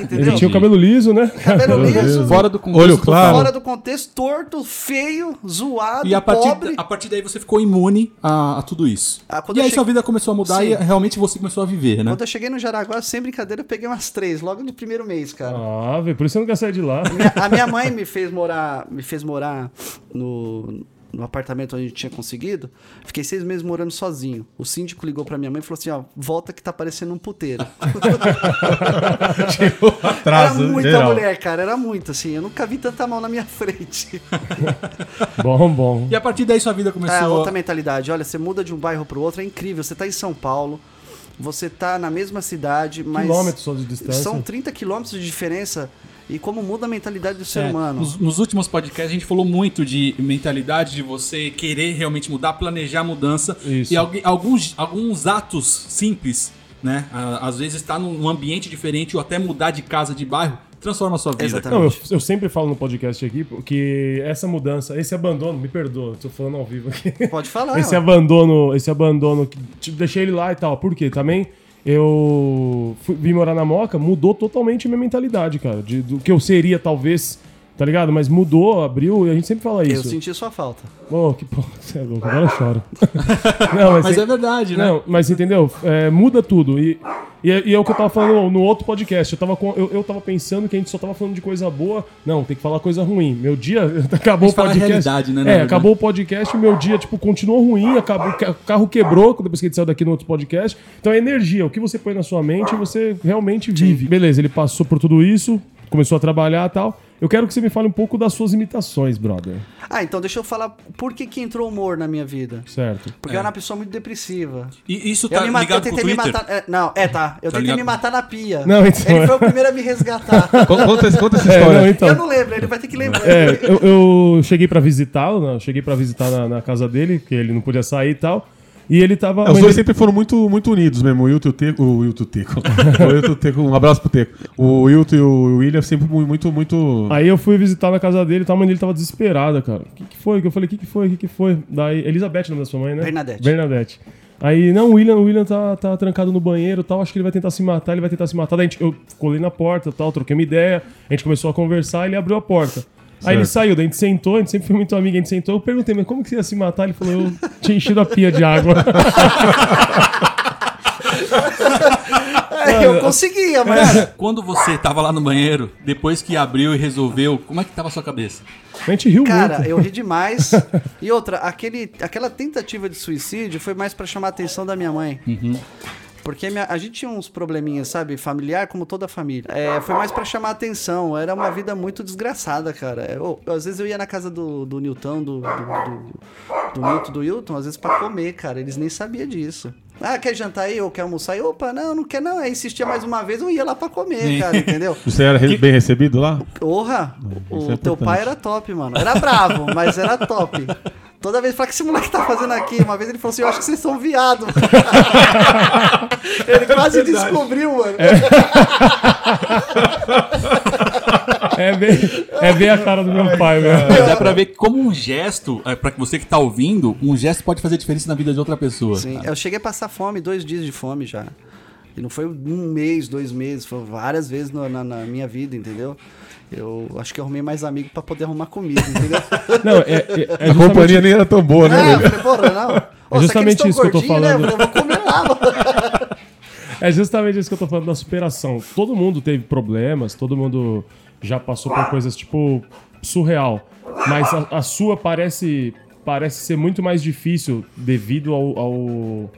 Speaker 2: (laughs)
Speaker 3: entendeu? Tá
Speaker 2: Ele tinha o cabelo liso, né?
Speaker 3: Cabelo liso,
Speaker 1: Fora do contexto
Speaker 4: Olho
Speaker 1: do
Speaker 4: claro.
Speaker 1: fala.
Speaker 3: fora do contexto, torto, feio, zoado,
Speaker 1: E a
Speaker 3: pobre.
Speaker 1: partir, a partir daí você ficou imune a, a tudo isso.
Speaker 3: Ah, quando
Speaker 1: e
Speaker 3: eu
Speaker 1: aí
Speaker 3: che-
Speaker 1: sua vida começou a mudar
Speaker 3: Sim.
Speaker 1: e realmente você começou a viver, né?
Speaker 3: Quando eu cheguei no Jaraguá, sem brincadeira, eu peguei umas três, logo no primeiro mês, cara.
Speaker 2: (laughs) Ah, velho, por isso você não quer sair de lá. (laughs)
Speaker 3: Minha- a minha mãe me fez morar, me fez morar no, no apartamento onde a gente tinha conseguido. Fiquei seis meses morando sozinho. O síndico ligou pra minha mãe e falou assim: ó, volta que tá parecendo um
Speaker 4: (laughs)
Speaker 3: puteiro.
Speaker 4: Chegou
Speaker 3: era
Speaker 4: atraso,
Speaker 3: muita
Speaker 4: geral.
Speaker 3: mulher, cara, era muito, assim. Eu nunca vi tanta mão na minha (laughs) frente.
Speaker 2: Bom, bom.
Speaker 1: E a partir daí sua vida começou
Speaker 3: É, outra
Speaker 1: a...
Speaker 3: mentalidade. Olha, você muda de um bairro pro outro, é incrível. Você tá em São Paulo, você tá na mesma cidade, mas.
Speaker 2: Quilômetros só de distância.
Speaker 3: São 30 quilômetros de diferença. E como muda a mentalidade do ser
Speaker 1: É,
Speaker 3: humano.
Speaker 1: Nos, nos últimos podcasts a gente falou muito de mentalidade, de você querer realmente mudar, planejar a mudança.
Speaker 2: Isso.
Speaker 1: E algu- alguns, alguns atos simples, né? À- Às vezes estar num ambiente diferente ou até mudar de casa, de bairro, transforma a sua vida.
Speaker 3: Exatamente.
Speaker 2: Não, eu, eu sempre falo no podcast aqui que essa mudança, esse abandono, me perdoa, tô falando ao vivo aqui.
Speaker 3: Pode falar.
Speaker 2: Esse é
Speaker 3: ó.
Speaker 2: abandono, esse abandono, que, tipo, deixei ele lá e tal. Por quê? Também eu fui, vim morar na Moca, mudou totalmente a minha mentalidade, cara. De, do que eu seria, talvez, Tá ligado? Mas mudou, abriu, e a gente sempre fala isso.
Speaker 3: Eu senti sua falta.
Speaker 2: Pô, que porra, (laughs) você é louco, agora eu choro. (laughs) não, mas,
Speaker 5: Mas
Speaker 2: você-
Speaker 5: é verdade, né?
Speaker 2: não, mas entendeu? É, muda tudo. E, e, é- e é o que eu tava falando no outro podcast. Eu tava, com- eu, eu tava pensando que a gente só tava falando de coisa boa. Não, tem que falar coisa ruim. Meu dia (laughs) acabou o
Speaker 5: fala a
Speaker 2: podcast.
Speaker 5: realidade, né, na
Speaker 2: É,
Speaker 5: verdade.
Speaker 2: acabou o podcast, meu dia, tipo, continuou ruim, acabou, o carro quebrou depois que a gente saiu daqui no outro podcast. Então é energia. O que você põe na sua mente, você realmente vive. Beleza, ele passou por tudo isso, começou a trabalhar e tal. Eu quero que você me fale um pouco das suas imitações, brother.
Speaker 3: Ah, então deixa eu falar por que, que entrou humor na minha vida.
Speaker 2: Certo.
Speaker 3: Porque eu era uma pessoa muito depressiva.
Speaker 1: E isso
Speaker 3: Eu
Speaker 1: É. tá
Speaker 3: me matei, eu
Speaker 1: ligado com o
Speaker 3: tentei me
Speaker 1: Twitter?
Speaker 3: matar. é, não, é, tá. Eu
Speaker 1: Tá
Speaker 3: tentei
Speaker 1: ligado?
Speaker 3: me matar na pia.
Speaker 2: Não, então
Speaker 3: Ele
Speaker 2: é. (laughs)
Speaker 3: foi o primeiro a me resgatar.
Speaker 4: Con- Conta, conta essa
Speaker 2: É,
Speaker 4: história.
Speaker 2: não, então.
Speaker 3: Eu não lembro, ele vai ter que lembrar.
Speaker 2: É, eu, eu cheguei pra visitá-lo, né? Eu cheguei pra visitar na, na casa dele, que ele não podia sair e tal. E ele tava.
Speaker 4: É, os
Speaker 2: mas
Speaker 4: dois
Speaker 2: ele-
Speaker 4: sempre foram muito, muito unidos mesmo. O Wilton e o Teco. O Wilton e o Teco. O Wilton e o Teco. Um abraço pro Teco. O Wilton e o William sempre mu- muito, muito.
Speaker 2: Aí eu fui visitar na casa dele e tal, a mãe dele tava desesperada, cara. O que, que foi? Eu falei, o que, que foi? O que, que foi? Daí. Elizabeth, o nome da sua mãe, né?
Speaker 3: Bernadette.
Speaker 2: Bernadette. Aí, não, o William, o William tá, tá trancado no banheiro e tal, acho que ele vai tentar se matar, ele vai tentar se matar. Daí a gente- eu colei na porta e tal, troquei uma ideia, a gente começou a conversar, ele abriu a porta. Aí ele saiu, daí a gente sentou, a gente sempre foi muito amigo, a gente sentou, eu perguntei, mas como que você ia se matar? Ele falou, eu tinha enchido a pia de água.
Speaker 3: É, (laughs) eu conseguia, mas.
Speaker 1: Quando você tava lá no banheiro, depois que abriu e resolveu, como é que tava a sua cabeça?
Speaker 2: (laughs) A gente riu
Speaker 3: Cara,
Speaker 2: muito.
Speaker 3: eu ri demais. E outra, aquele, aquela tentativa de suicídio foi mais pra chamar a atenção da minha mãe. Porque minha- a gente tinha uns probleminhas, sabe? Familiar, como toda a família. É, foi mais pra chamar a atenção. Era uma vida muito desgraçada, cara. Eu- às vezes eu ia na casa do, do Newton, do, do, do, do Milton, do Wilton, às vezes pra comer, cara. Eles nem sabiam disso. Ah, quer jantar aí ou quer almoçar aí? Opa, não, não quer não. Aí insistia mais uma vez, eu ia lá pra comer, cara, entendeu?
Speaker 4: Você era re- bem recebido lá?
Speaker 3: Porra,
Speaker 4: isso
Speaker 3: o
Speaker 4: é
Speaker 3: teu
Speaker 4: importante.
Speaker 3: pai era top, mano. Era bravo, mas era top. Toda vez fala "O que esse moleque tá fazendo aqui. Uma vez ele falou assim: Eu acho que vocês são viado. ele quase descobriu, mano.
Speaker 2: É bem, é bem a cara do meu pai, velho.
Speaker 1: Mas dá pra ver que como um gesto, é, pra você que tá ouvindo, um gesto pode fazer diferença na vida de outra pessoa.
Speaker 3: Sim,
Speaker 1: cara.
Speaker 3: eu cheguei a passar fome, dois dias de fome já. E não foi um mês, dois meses, foi várias vezes no- na, na minha vida, entendeu? Eu acho que eu arrumei mais amigo pra poder arrumar comida, entendeu?
Speaker 2: Não, é, é- é
Speaker 4: A companhia nem era tão boa, né,
Speaker 3: Ah, eu
Speaker 4: velho?
Speaker 3: falei, porra, não. Ô,
Speaker 2: É
Speaker 3: só eles
Speaker 2: justamente
Speaker 3: tão
Speaker 2: isso que eu tô
Speaker 3: gordinhos,
Speaker 2: falando.
Speaker 3: Né? Eu falei, vou comer lá, mano.
Speaker 2: É justamente isso que eu tô falando da superação. Todo mundo teve problemas, todo mundo já passou por coisas tipo surreal, mas a, a sua parece parece ser muito mais difícil devido ao, ao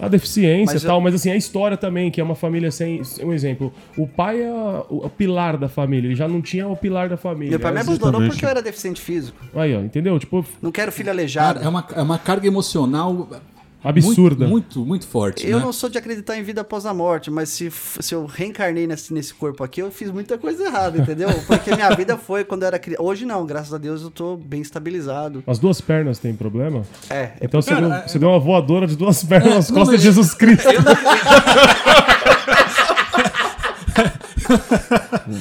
Speaker 2: a deficiência
Speaker 3: Mas
Speaker 2: e tal, mas assim, a história também, que é uma família sem. Um exemplo. O pai é o, o pilar da família, ele já não tinha o pilar da família.
Speaker 3: Meu pai é me
Speaker 2: Aí,
Speaker 3: abandonou
Speaker 4: justamente.
Speaker 3: porque eu era deficiente físico.
Speaker 2: Aí, ó, entendeu? Tipo,
Speaker 3: Não quero filho aleijado.
Speaker 1: Cara, é uma, é uma carga emocional
Speaker 2: absurda.
Speaker 1: Muito, muito, muito forte.
Speaker 3: Eu
Speaker 1: né?
Speaker 3: não sou de acreditar em vida após a morte, mas se, f- se eu reencarnei nesse, nesse corpo aqui, eu fiz muita coisa
Speaker 2: (laughs)
Speaker 3: errada, entendeu? Porque minha vida foi quando eu era criança. Hoje não, graças a Deus eu tô bem estabilizado.
Speaker 2: As duas pernas têm problema?
Speaker 3: É, é
Speaker 2: Então você, deu, você deu uma voadora de
Speaker 3: (laughs)
Speaker 2: duas pernas nas costas
Speaker 1: mas-
Speaker 2: de Jesus Cristo.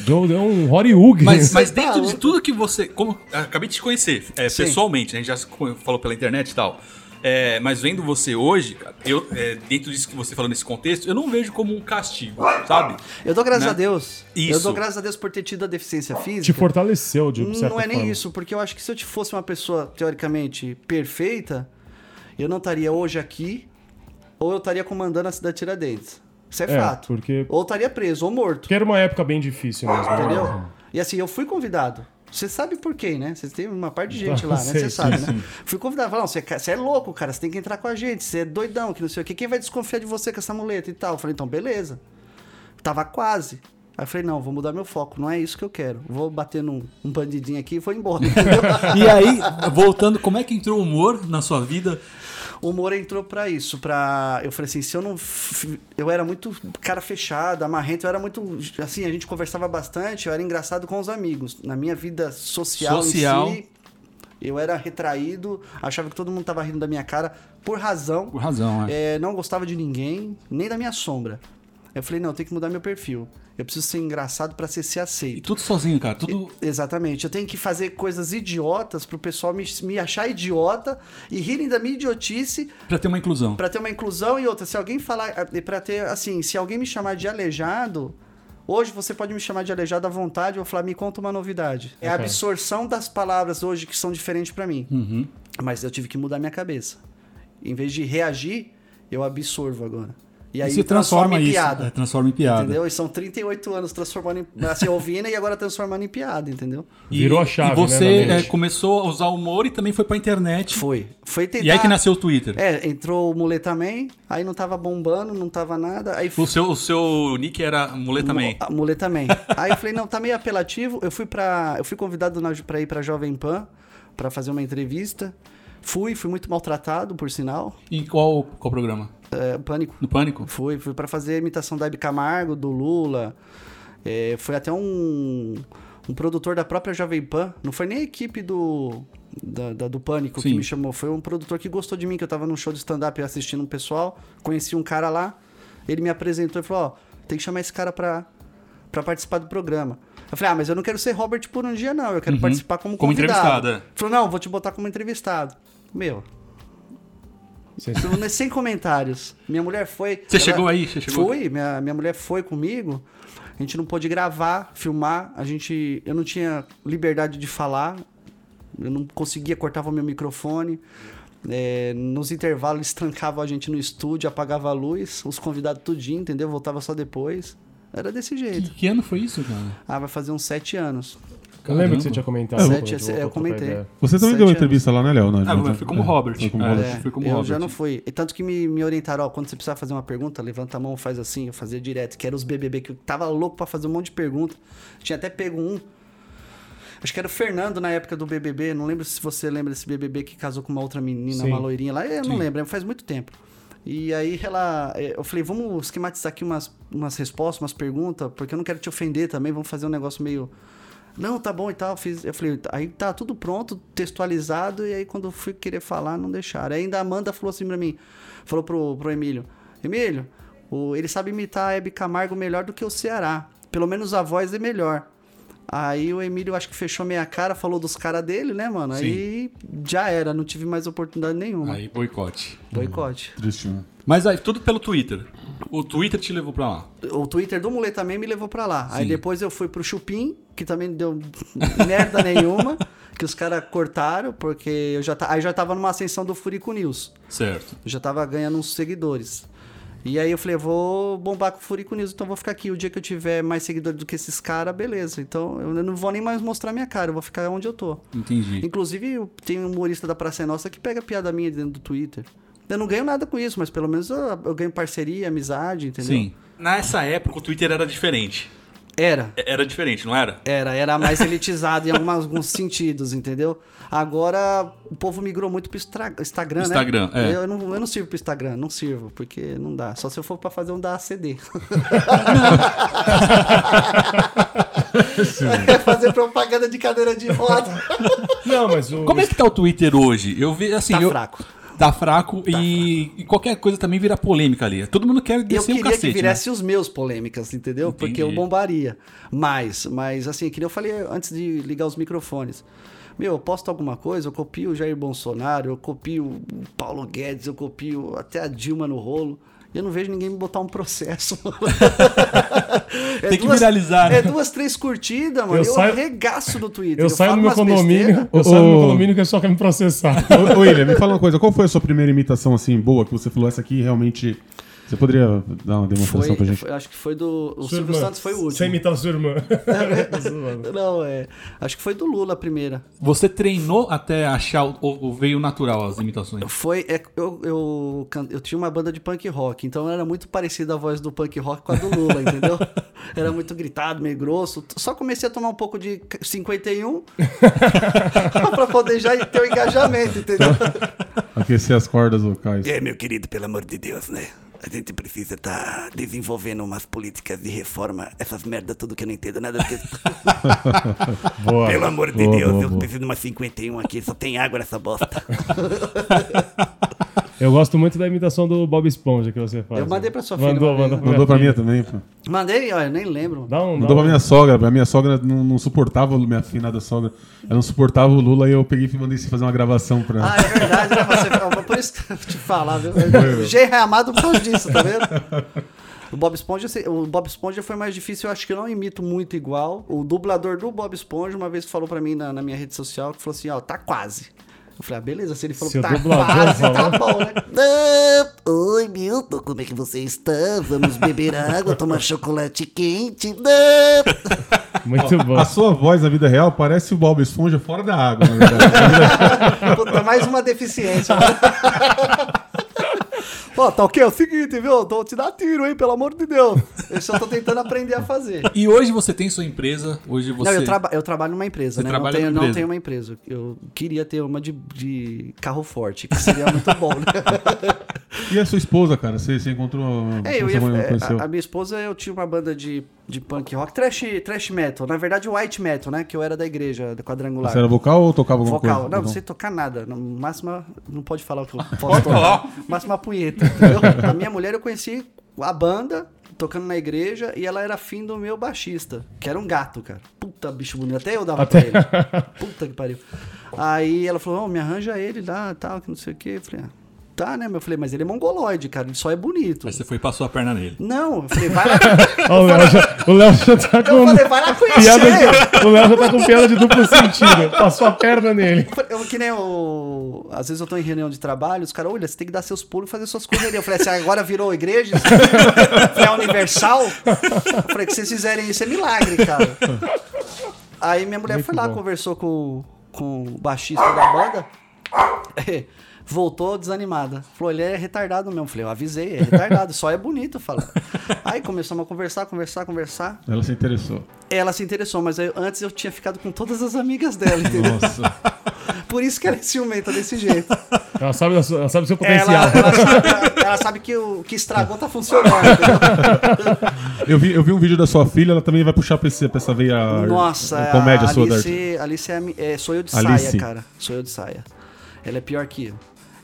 Speaker 2: deu, deu um Hollywood.
Speaker 1: Mas, mas
Speaker 3: Você tá
Speaker 1: dentro de
Speaker 3: louco.
Speaker 1: tudo que você. Como, acabei de te conhecer é,
Speaker 3: Sim.
Speaker 1: pessoalmente, né? A gente já se con- falou pela internet e tal. É, mas vendo você hoje, cara, eu, é, dentro disso que você falou nesse contexto, eu não vejo como um castigo, sabe?
Speaker 3: Eu dou graças
Speaker 1: Né?
Speaker 3: a Deus. Eu
Speaker 1: Isso.
Speaker 3: dou graças a Deus por ter tido a deficiência física.
Speaker 2: Te fortaleceu, de certa
Speaker 3: Não é nem
Speaker 2: forma.
Speaker 3: isso, porque eu acho que se eu te fosse uma pessoa teoricamente perfeita, eu não estaria hoje aqui, ou eu estaria comandando a cidade de Tiradentes. Isso é,
Speaker 2: É,
Speaker 3: fato.
Speaker 2: porque-
Speaker 3: Ou eu estaria preso, ou morto.
Speaker 2: Porque era uma época bem difícil mesmo. né?
Speaker 3: Entendeu? E assim, eu fui convidado. Você sabe por quem, né? Você tem uma parte de gente lá, né?
Speaker 2: Sei,
Speaker 3: Você sabe, né? Fui convidado. Falaram, você é, ca- você é louco, cara. Você tem que entrar com a gente. Você é doidão, que não sei o quê. Quem vai desconfiar de você com essa muleta e tal? Eu falei, então, beleza. Tava quase. Aí eu falei, não, vou mudar meu foco. Não é isso que eu quero. Vou bater num um bandidinho aqui e vou embora. (laughs)
Speaker 1: E aí, voltando, como é que entrou o humor na sua vida?
Speaker 3: o Moro entrou pra isso, pra... Eu falei assim, se eu não... f- Eu era muito cara fechado, amarrento, eu era muito... Assim, a gente conversava bastante, eu era engraçado com os amigos. Na minha vida social,
Speaker 1: Social.
Speaker 3: em si, eu era retraído, achava que todo mundo tava rindo da minha cara, por razão.
Speaker 1: Por razão, é.
Speaker 3: É, não gostava de ninguém, nem da minha sombra. Eu falei, não, eu tenho que mudar meu perfil. Eu preciso ser engraçado pra ser, ser aceito.
Speaker 1: E tudo sozinho, cara. Tudo.
Speaker 3: Exatamente. Eu tenho que fazer coisas idiotas pro pessoal me, me achar idiota e rirem da minha idiotice
Speaker 1: Pra ter uma inclusão.
Speaker 3: eh, pra ter uma inclusão e outra. Se alguém falar. Pra ter, assim, se alguém me chamar de aleijado. Hoje você pode me chamar de aleijado à vontade, eu vou falar, me conta uma novidade. É a absorção das palavras hoje que são diferentes pra mim.
Speaker 1: Uhum.
Speaker 3: Mas eu tive que mudar minha cabeça. Em vez de reagir, eu absorvo agora. E aí
Speaker 5: se transforma,
Speaker 3: em
Speaker 5: isso.
Speaker 3: piada.
Speaker 1: né?
Speaker 5: é, transforma em piada.
Speaker 3: Entendeu? E são 38 anos transformando em. Assim, ouvindo e agora transformando em piada, entendeu?
Speaker 1: E-
Speaker 2: Virou a chave,
Speaker 1: E você
Speaker 2: né, da
Speaker 1: é,
Speaker 2: mente.
Speaker 1: começou a usar o humor e também foi pra internet.
Speaker 3: Foi. Foi tentar.
Speaker 1: E aí que nasceu o Twitter.
Speaker 3: Tá. É, entrou o Muleta Man, aí não tava bombando, não tava nada. Aí
Speaker 1: O, seu, o seu nick era muleta man.
Speaker 3: A muleta Man. Aí eu falei, não, tá meio apelativo. Eu fui para, eu fui convidado na, pra ir pra Jovem Pan pra fazer uma entrevista. Fui, fui muito maltratado, por sinal.
Speaker 1: Em qual, qual programa?
Speaker 3: É, pânico.
Speaker 1: No Pânico?
Speaker 3: Fui, fui pra fazer a imitação da Hebe Camargo, do Lula. É, foi até um, um produtor da própria Jovem Pan. Não foi nem a equipe do, da- da- do Pânico
Speaker 1: Sim.
Speaker 3: que me chamou. Foi um produtor que gostou de mim, que eu tava num show de stand-up assistindo um pessoal. Conheci um cara lá. Ele me apresentou e falou, ó, tem que chamar esse cara pra, pra participar do programa. Eu falei, ah, mas eu não quero ser Robert por um dia, não. Eu quero participar como
Speaker 1: Uhum. Como
Speaker 3: convidado.
Speaker 1: entrevistado, é.
Speaker 3: Ele Falou, não, vou te botar como entrevistado. Meu,
Speaker 2: Você-
Speaker 3: eu- Então, Sem comentários. Minha mulher foi.
Speaker 1: Você chegou aí? Você chegou
Speaker 3: Fui, minha, minha mulher foi comigo. A gente não pôde gravar, filmar. A gente. Eu não tinha liberdade de falar. Eu não conseguia, cortava meu microfone. É, nos intervalos eles trancavam a gente no estúdio, apagava a luz, os convidados tudinho, entendeu? Voltava só depois. Era desse jeito.
Speaker 1: Que, que ano foi isso, cara?
Speaker 3: Ah, vai fazer uns sete anos.
Speaker 2: Eu lembro que você tinha comentado. um
Speaker 3: Sete,
Speaker 2: quando a gente
Speaker 3: é, eu
Speaker 2: voltou a trocar
Speaker 3: comentei.
Speaker 2: ideia.
Speaker 4: Você
Speaker 3: Sete
Speaker 4: também deu
Speaker 3: anos.
Speaker 4: uma entrevista lá, né, Leonardo?
Speaker 1: Ah, mas foi como Robert.
Speaker 4: Foi como
Speaker 1: É.
Speaker 4: Robert.
Speaker 1: Acho que
Speaker 3: É,
Speaker 1: foi como
Speaker 3: eu
Speaker 1: Robert.
Speaker 3: já não fui. E tanto que me, me orientaram, ó, quando você precisar fazer uma pergunta, levanta a mão, faz assim, eu fazia direto, que era os BBB, que eu tava louco pra fazer um monte de pergunta. Tinha até pego um. Acho que era o Fernando na época do BBB, não lembro se você lembra desse BBB que casou com uma outra menina,
Speaker 2: Sim.
Speaker 3: uma loirinha lá, eu não lembro, faz muito tempo. E aí ela, eh, eu falei, vamos esquematizar aqui umas, umas respostas, umas perguntas, porque eu não quero te ofender também, vamos fazer um negócio meio... Não, tá bom e tal, fiz, eu falei, aí tá tudo pronto, textualizado, e aí quando eu fui querer falar, não deixaram. Aí ainda a Amanda falou assim pra mim, falou pro, pro Emílio, Emílio, o- ele sabe imitar a Hebe Camargo melhor do que o Ceará, pelo menos a voz é melhor. Aí o Emílio acho que fechou meia cara, falou dos caras dele, né, mano? Aí já era, não tive mais oportunidade nenhuma.
Speaker 1: Aí, boicote.
Speaker 3: Boicote.
Speaker 4: Triste, né?
Speaker 1: Uhum. Mas aí, tudo pelo Twitter. O Twitter te levou pra lá.
Speaker 3: O Twitter do Mulê também me levou pra lá. Aí depois eu fui pro Chupim, que também não deu (laughs) merda nenhuma, que os caras cortaram, porque eu já, ta- aí já tava numa ascensão do Furico News.
Speaker 1: Certo.
Speaker 3: Eu já tava ganhando uns seguidores. E aí eu falei, eu vou bombar com o Furico News, então eu vou ficar aqui. O dia que eu tiver mais seguidores do que esses caras, beleza. Então eu não vou nem mais mostrar minha cara, eu vou ficar onde eu tô.
Speaker 1: Entendi.
Speaker 3: Inclusive, eu- tem um humorista da Praça é Nossa que pega piada minha dentro do Twitter. Eu não ganho nada com isso, mas pelo menos eu, eu ganho parceria, amizade, entendeu?
Speaker 1: Sim. Nessa época o Twitter era diferente.
Speaker 3: Era.
Speaker 1: É- Era diferente, não era?
Speaker 3: Era, era mais elitizado em algumas- alguns sentidos, entendeu? Agora, o povo migrou muito pro estra- Instagram,
Speaker 1: Instagram,
Speaker 3: né?
Speaker 1: é.
Speaker 3: Eu não, eu não sirvo pro Instagram, não sirvo, porque não dá. Só se eu for pra fazer um da (laughs) ACD. fazer propaganda de cadeira de roda.
Speaker 2: Não, mas o.
Speaker 1: Como é que tá o Twitter hoje? Eu vi assim.
Speaker 3: Tá
Speaker 1: eu-
Speaker 3: fraco.
Speaker 1: Tá fraco e, e qualquer coisa também vira polêmica ali. Todo mundo quer
Speaker 3: eu
Speaker 2: é
Speaker 1: descer
Speaker 3: queria
Speaker 1: um cacete.
Speaker 2: né?
Speaker 3: que virasse os meus polêmicas, entendeu? Porque eu
Speaker 1: Entendi.
Speaker 3: bombaria. Mas, mas assim, que nem eu falei antes de ligar os microfones. Meu, eu posto alguma coisa, eu copio o Jair Bolsonaro, eu copio o Paulo Guedes, eu copio até a Dilma no rolo. Eu não vejo ninguém me botar um processo. (laughs) É
Speaker 1: Tem que viralizar, né?
Speaker 3: É duas, três curtidas, mano.
Speaker 2: Eu
Speaker 3: Eu,
Speaker 2: saio-
Speaker 3: arregaço no Twitter.
Speaker 2: Eu, saio do
Speaker 3: falo
Speaker 2: meu
Speaker 3: umas
Speaker 2: condomínio,
Speaker 3: besteiras.
Speaker 2: eu saio do meu
Speaker 4: Ô.
Speaker 2: condomínio que o pessoal quer me processar.
Speaker 4: Ô, ô, William, me fala uma coisa. Qual foi a sua primeira imitação, assim, boa, que você falou essa aqui realmente... Você poderia dar uma demonstração
Speaker 3: Foi,
Speaker 4: pra gente?
Speaker 3: foi- acho que foi do. (laughs) O
Speaker 2: Sua
Speaker 3: Silvio
Speaker 2: irmã.
Speaker 3: Santos foi o
Speaker 2: Sem
Speaker 3: último.
Speaker 2: imitar sua
Speaker 3: (laughs)
Speaker 2: irmã.
Speaker 3: Não, é. Acho que foi do Lula a primeira.
Speaker 1: Você treinou até achar o, o- o veio natural as imitações.
Speaker 3: Foi. é, eu, eu, can- eu tinha uma banda de punk rock, então era muito parecida a voz do punk rock com a do Lula,
Speaker 4: (laughs)
Speaker 3: entendeu? Era muito gritado, meio grosso. Só comecei a tomar um pouco de
Speaker 4: (laughs)
Speaker 3: 51 pra poder já ter o engajamento, entendeu?
Speaker 4: Aquecer as cordas vocais.
Speaker 6: É, meu querido, pelo amor de Deus, né? A gente precisa estar desenvolvendo umas políticas de reforma, essas merdas tudo que eu não entendo nada. Porque...
Speaker 2: Boa.
Speaker 6: pelo amor de
Speaker 4: (laughs) boa,
Speaker 6: Deus,
Speaker 4: boa,
Speaker 6: eu
Speaker 4: boa.
Speaker 6: preciso de uma 51 aqui, só tem água nessa bosta.
Speaker 2: Eu gosto muito da imitação do Bob Esponja que você faz.
Speaker 3: Eu mandei pra sua filha
Speaker 2: mandou,
Speaker 3: uma vez,
Speaker 2: Mandou,
Speaker 3: né?
Speaker 4: Mandou pra
Speaker 2: minha
Speaker 4: mim também, pô.
Speaker 3: Mandei, olha, nem lembro.
Speaker 2: Dá um, dá
Speaker 4: Mandou pra
Speaker 2: um-
Speaker 4: minha sogra, a minha sogra não, não suportava, o- minha afinada sogra, ela não suportava o Lula e eu peguei e mandei fazer uma gravação pra ela.
Speaker 3: Ah, é verdade,
Speaker 2: É
Speaker 3: né? Você, por isso que eu te falar, viu? G. Amado por causa disso, tá vendo? O Bob Esponja, se- o Bob Esponja foi mais difícil, eu acho que eu não imito muito igual. O dublador do Bob Esponja uma vez falou pra mim na, na minha rede social, que falou assim, ó, tá quase. Eu falei, ah, beleza, se ele falou
Speaker 2: Seu
Speaker 3: tá
Speaker 2: dublador
Speaker 3: quase, tá
Speaker 2: falou.
Speaker 3: bom, né?
Speaker 6: Ah, oi, Milton, como é que você está? Vamos beber água, tomar chocolate quente. Não.
Speaker 2: Muito
Speaker 4: (laughs)
Speaker 2: bom.
Speaker 4: A sua voz na vida real parece o Bob Esponja fora da água, na
Speaker 3: (laughs)
Speaker 4: verdade.
Speaker 3: Puta, mais uma deficiência. (laughs) Ó, tá ok? É o seguinte, viu? Tô te dar tiro, hein? Pelo amor de Deus. Eu só tô tentando aprender a fazer.
Speaker 1: E hoje você tem sua empresa, hoje você...
Speaker 3: Não, eu, traba eu trabalho numa empresa,
Speaker 1: Você
Speaker 3: né? Não
Speaker 1: trabalha
Speaker 3: tenho,
Speaker 1: numa
Speaker 3: não
Speaker 1: empresa.
Speaker 3: tenho uma empresa. Eu queria ter uma de, de carro forte, que seria muito bom, né?
Speaker 1: (laughs)
Speaker 4: E a sua esposa, cara? Você, você encontrou.
Speaker 3: É, eu
Speaker 4: você
Speaker 3: ia,
Speaker 4: conheceu?
Speaker 3: a, a minha esposa, eu tinha uma banda de, de punk rock, trash, trash metal, na verdade white metal, né? Que eu era da igreja, da quadrangular.
Speaker 4: Você era vocal ou tocava alguma
Speaker 3: Vocal.
Speaker 4: coisa? Tá
Speaker 3: Não, não
Speaker 4: Vocal.
Speaker 3: sei tocar nada. No máximo, não pode falar o que eu posso tocar. Máximo uma punheta, entendeu? A minha mulher eu conheci a banda tocando na igreja e ela era afim do meu baixista, que era um gato, cara. Puta bicho bonito. Até eu dava pra ele. Puta que pariu. Aí ela falou: "Ô, me arranja ele lá, tal, que não sei o quê. Eu falei: ah, tá, né? meu? Eu falei: mas ele é mongoloide, cara. Ele só é bonito.
Speaker 1: Aí você foi e passou a perna nele.
Speaker 3: Não, eu falei: vai lá.
Speaker 2: Ó, o, Léo já, o Léo já tá com. (laughs)
Speaker 3: Eu falei: vai lá
Speaker 2: piada
Speaker 3: conhecer.
Speaker 2: de- o Léo já tá com piada de duplo sentido. Passou a perna nele.
Speaker 3: Eu, que nem o. Às vezes eu tô em reunião de trabalho, os caras, olha, você tem que dar seus pulos e fazer suas correrias. Eu falei assim, agora virou igreja? Isso é universal? Eu falei, que vocês fizerem isso é milagre, cara. Aí minha mulher foi lá,
Speaker 2: bom.
Speaker 3: conversou com, com o baixista da banda. (laughs) Voltou desanimada. Falou, ele é retardado mesmo. Eu Falei, eu avisei, é retardado, só é bonito falar. Aí começamos a conversar, conversar, conversar.
Speaker 4: Ela se interessou.
Speaker 3: Ela se interessou, mas aí, antes eu tinha ficado com todas as amigas dela, entendeu?
Speaker 4: Nossa.
Speaker 3: Por isso que ela é ciumenta desse
Speaker 4: (laughs)
Speaker 3: jeito.
Speaker 2: Ela sabe, da sua- ela sabe o seu
Speaker 3: Ela,
Speaker 2: potencial.
Speaker 3: ela sabe, ela- ela sabe que o que estragou tá funcionando.
Speaker 4: (laughs)
Speaker 3: entendeu?
Speaker 4: eu, vi, eu vi um vídeo da sua filha, ela também vai puxar pra, esse, pra essa veia.
Speaker 3: Nossa,
Speaker 4: comédia
Speaker 3: a
Speaker 4: sua da arte.
Speaker 3: Alice, Alice é, a mi- é, sou eu de
Speaker 4: Alice.
Speaker 3: saia, cara. Sou eu de saia. Ela é pior que eu.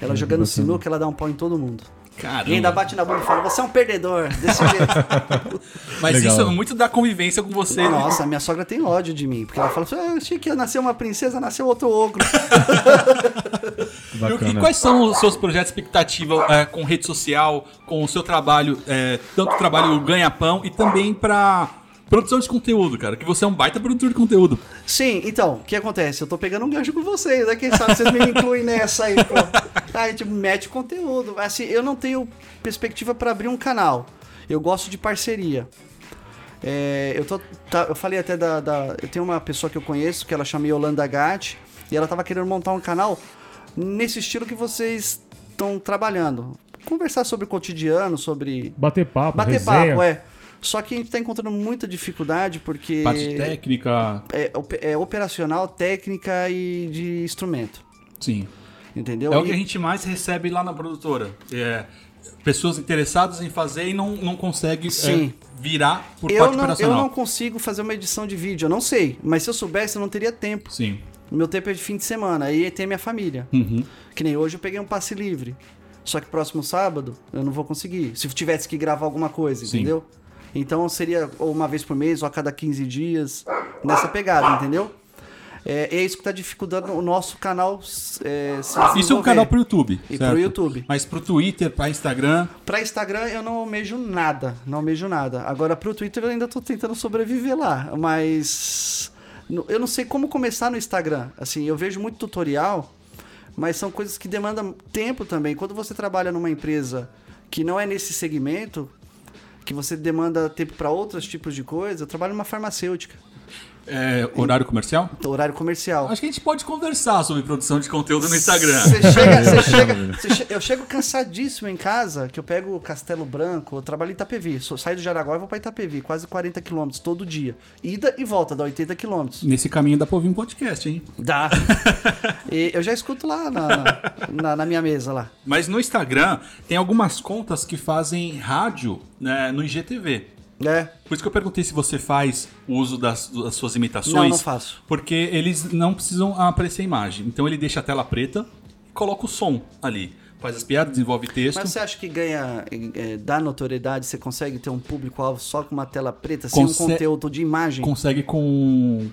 Speaker 4: É,
Speaker 3: Ela jogando sinuca, ela dá um pau em todo mundo.
Speaker 1: Caramba.
Speaker 3: E ainda bate na bunda e fala, você é um perdedor,
Speaker 4: (laughs)
Speaker 3: desse jeito.
Speaker 1: Mas
Speaker 4: Legal.
Speaker 1: isso é muito da convivência com você. né?
Speaker 3: Nossa, minha sogra tem ódio de mim, porque ela fala assim, ah, eu achei que ia nascer uma princesa, nasceu outro ogro.
Speaker 1: E o- E
Speaker 4: Bacana.
Speaker 1: quais são os seus projetos de expectativa é, com rede social, com o seu trabalho, é, tanto trabalho ganha-pão e também pra produção de conteúdo, cara? Que você é um baita produtor de conteúdo.
Speaker 3: Sim, então, o que acontece? Eu tô pegando um gancho com vocês, né? Quem sabe vocês me incluem nessa aí, pô. A gente mete conteúdo. Assim, eu não tenho perspectiva pra abrir um canal. Eu gosto de parceria. É, eu, tô, tá- eu falei até da, da- Eu tenho uma pessoa que eu conheço, que ela chama Yolanda Gatti, e ela tava querendo montar um canal nesse estilo que vocês estão trabalhando. Conversar sobre o cotidiano, sobre.
Speaker 2: Bater papo,
Speaker 3: Bater
Speaker 2: resenha.
Speaker 3: papo, é. Só que a gente tá encontrando muita dificuldade porque
Speaker 1: Parte técnica.
Speaker 3: é, op- é operacional, técnica e de instrumento.
Speaker 1: Sim.
Speaker 3: Entendeu?
Speaker 1: É o que
Speaker 3: E-
Speaker 1: a gente mais recebe lá na produtora. É, pessoas interessadas em fazer e não, não consegue é,
Speaker 3: Sim.
Speaker 1: virar por
Speaker 3: eu,
Speaker 1: parte
Speaker 3: não, eu
Speaker 1: operacional.
Speaker 3: não consigo fazer uma edição de vídeo, eu não sei. Mas se eu soubesse, eu não teria tempo.
Speaker 1: Sim.
Speaker 3: Meu tempo é de fim de semana, aí tem minha família.
Speaker 1: Uhum.
Speaker 3: Que nem hoje eu peguei um passe livre. Só que próximo sábado eu não vou conseguir. Se eu tivesse que gravar alguma coisa,
Speaker 1: Sim.
Speaker 3: entendeu? Então seria ou uma vez por mês ou a cada 15 dias nessa pegada, entendeu? É, é isso que tá dificultando o nosso canal. É, se
Speaker 1: Isso é um
Speaker 3: desenvolver.
Speaker 1: canal pro YouTube.
Speaker 3: E
Speaker 1: certo?
Speaker 3: pro YouTube.
Speaker 1: Mas pro Twitter, pra Instagram.
Speaker 3: Pra Instagram eu não almejo nada, não almejo nada. Agora pro Twitter eu ainda tô tentando sobreviver lá, mas no- eu não sei como começar no Instagram. Assim, eu vejo muito tutorial, mas são coisas que demandam tempo também. Quando você trabalha numa empresa que não é nesse segmento, que você demanda tempo pra outros tipos de coisa, eu trabalho numa farmacêutica, Então,
Speaker 1: é, horário comercial?
Speaker 3: horário comercial.
Speaker 1: Acho que a gente pode conversar sobre produção de conteúdo no Instagram.
Speaker 3: Você chega, você chega, você che- eu chego cansadíssimo em casa, que eu pego o Castelo Branco, eu trabalho em Itapevi, sou, saio do Jaraguá e vou pra Itapevi, quase 40 quilômetros todo dia. Ida e volta, dá 80 quilômetros.
Speaker 1: Nesse caminho dá pra ouvir um podcast, hein?
Speaker 3: Dá. (laughs) E eu já escuto lá na, na, na- na minha mesa lá.
Speaker 1: Mas no Instagram tem algumas contas que fazem rádio né, no IGTV.
Speaker 3: É.
Speaker 1: Por isso que eu perguntei se você faz uso das, das suas imitações.
Speaker 3: Não, não faço.
Speaker 1: Porque eles não precisam aparecer a imagem. Então ele deixa a tela preta e coloca o som ali. Faz as piadas, desenvolve texto.
Speaker 3: Mas você acha que ganha, eh, eh, dá notoriedade, você consegue ter um público-alvo só com uma tela preta,
Speaker 1: Conse-
Speaker 3: sem um conteúdo de imagem?
Speaker 1: Consegue com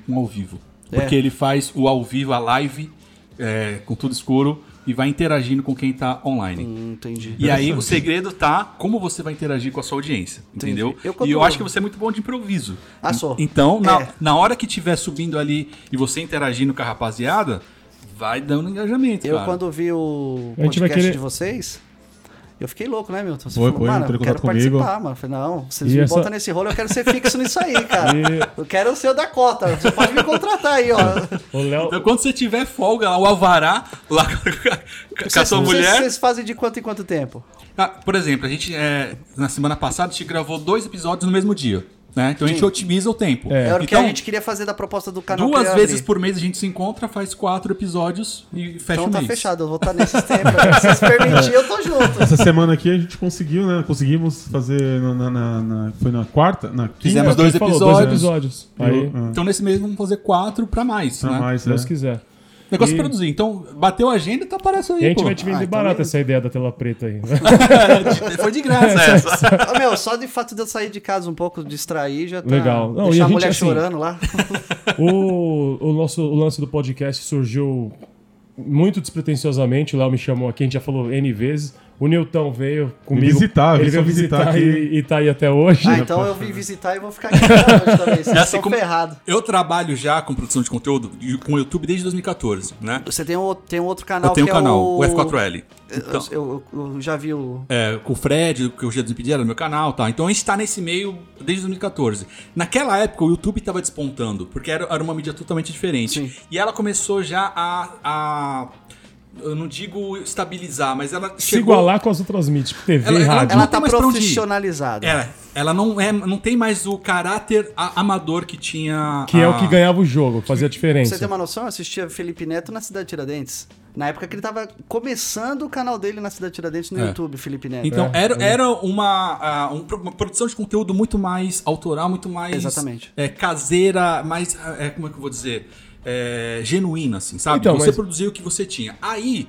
Speaker 1: um ao vivo.
Speaker 3: É.
Speaker 1: Porque ele faz o ao vivo, a live, é, com tudo escuro. e vai interagindo com quem tá online.
Speaker 3: Hum, entendi.
Speaker 1: E aí o segredo tá como você vai interagir com a sua audiência, entendeu?
Speaker 3: Eu quando-
Speaker 1: e eu acho que você é muito bom de improviso.
Speaker 3: Ah, sou.
Speaker 1: Então, na,
Speaker 3: É.
Speaker 1: na hora que tiver subindo ali e você interagindo com a rapaziada, vai dando engajamento,
Speaker 3: Eu,
Speaker 1: cara.
Speaker 3: quando vi o
Speaker 2: A gente vai
Speaker 3: podcast
Speaker 2: querer-
Speaker 3: de vocês, eu fiquei louco, né, Milton? Você
Speaker 4: Foi, foi,
Speaker 3: mano,
Speaker 4: entrou
Speaker 3: eu
Speaker 4: em
Speaker 3: quero
Speaker 4: contato comigo."
Speaker 3: participar, mano. Eu falei, não, vocês
Speaker 2: E
Speaker 3: me
Speaker 2: essa-
Speaker 3: botam nesse rolo, eu quero ser fixo nisso
Speaker 2: (laughs)
Speaker 3: aí, cara. Eu quero ser o da cota, você pode me contratar aí, ó.
Speaker 2: O Léo.
Speaker 1: Então, quando você tiver folga, o alvará lá (laughs) com a- com a sua
Speaker 3: Vocês-
Speaker 1: mulher.
Speaker 3: Vocês fazem de quanto em quanto tempo?
Speaker 1: Ah, por exemplo, a gente, é, na semana passada, a gente gravou dois episódios no mesmo dia. Né? Então a gente otimiza o tempo.
Speaker 2: É.
Speaker 3: É, o que
Speaker 1: Então,
Speaker 3: a gente queria fazer da proposta do canal.
Speaker 1: duas
Speaker 3: que eu ia
Speaker 1: vezes
Speaker 3: abrir.
Speaker 1: por mês a gente se encontra, faz quatro episódios e fecha
Speaker 3: Então
Speaker 1: o
Speaker 3: tá
Speaker 1: mês.
Speaker 3: fechado, eu vou estar nesses tempos. Se
Speaker 2: (laughs)
Speaker 3: vocês permitirem, eu tô junto.
Speaker 4: Essa semana aqui a gente conseguiu, né? Conseguimos fazer na. na- na- na- foi na quarta? Na quinta?
Speaker 1: Fizemos dois
Speaker 2: Ele É, falou,
Speaker 1: episódios.
Speaker 2: episódios. Aí,
Speaker 4: Eu- ah,
Speaker 1: Então nesse mês vamos fazer quatro pra mais,
Speaker 4: pra
Speaker 1: né?
Speaker 4: mais,
Speaker 2: se Deus
Speaker 4: né?
Speaker 2: quiser.
Speaker 1: O negócio é produzir. Então, bateu a agenda, tá aparece aí,
Speaker 2: E a gente
Speaker 1: pô.
Speaker 2: vai te vender
Speaker 3: Ah, então
Speaker 2: barato
Speaker 3: beleza.
Speaker 2: essa ideia da tela preta aí. né?
Speaker 3: (laughs)
Speaker 1: Foi de graça
Speaker 2: É.
Speaker 1: essa.
Speaker 3: Ô, meu, só de fato de eu sair de casa um pouco, distrair, já tá.
Speaker 2: Legal. Não, e
Speaker 3: deixar
Speaker 2: a
Speaker 3: a,
Speaker 2: gente,
Speaker 3: mulher
Speaker 2: assim,
Speaker 3: chorando lá.
Speaker 2: o, o nosso o lance do podcast surgiu muito despretensiosamente. O Léo me chamou aqui, a gente já falou N vezes. O Newton veio comigo.
Speaker 4: visitar,
Speaker 2: ele veio
Speaker 4: veio só visitar
Speaker 2: visitar,
Speaker 4: aqui.
Speaker 2: e, e tá aí até hoje.
Speaker 3: Ah, então eu vim visitar e vou ficar aqui hoje também. Vocês
Speaker 1: É assim
Speaker 3: estão
Speaker 1: como-
Speaker 3: ferrados.
Speaker 1: Eu trabalho já com produção de conteúdo e com o YouTube desde 2014, né?
Speaker 3: Você tem um, tem um outro
Speaker 1: Eu
Speaker 3: canal
Speaker 1: tenho um
Speaker 3: que
Speaker 1: canal,
Speaker 3: é o...
Speaker 1: o F4L. Então,
Speaker 3: Eu, eu- eu já vi o...
Speaker 1: é, com o Fred, que o Dia dos Impedidos era no meu canal, tá? Então a gente tá nesse meio desde 2014. Naquela época o YouTube tava despontando, porque era, era uma mídia totalmente diferente.
Speaker 3: Sim.
Speaker 1: E ela começou já a, a- Eu não digo estabilizar, mas ela
Speaker 2: Se igualar com as outras mídias, tipo TV,
Speaker 1: Ela- ela-
Speaker 2: rádio.
Speaker 1: Não
Speaker 3: Ela
Speaker 1: tem
Speaker 3: tá
Speaker 1: mais pra onde ir.
Speaker 3: profissionalizada.
Speaker 1: É, ela não, é, não tem mais o caráter a- amador que tinha.
Speaker 2: Que é
Speaker 1: a-
Speaker 2: o que ganhava o jogo, fazia a
Speaker 3: Pra você ter
Speaker 2: diferença.
Speaker 3: uma noção, eu assistia Felipe Neto na Cidade Tiradentes. Na época que ele tava começando o canal dele na Cidade Tiradentes no
Speaker 1: É.
Speaker 3: YouTube, Felipe Neto.
Speaker 1: Então,
Speaker 2: É.
Speaker 1: era, era uma, ah, um pro- uma produção de conteúdo muito mais autoral, muito mais.
Speaker 3: Exatamente.
Speaker 1: É, caseira, mais. ah, É, como é que eu vou dizer? É, genuína, assim, sabe?
Speaker 2: Então,
Speaker 1: você
Speaker 2: mas-
Speaker 1: produzia o que você tinha. Aí.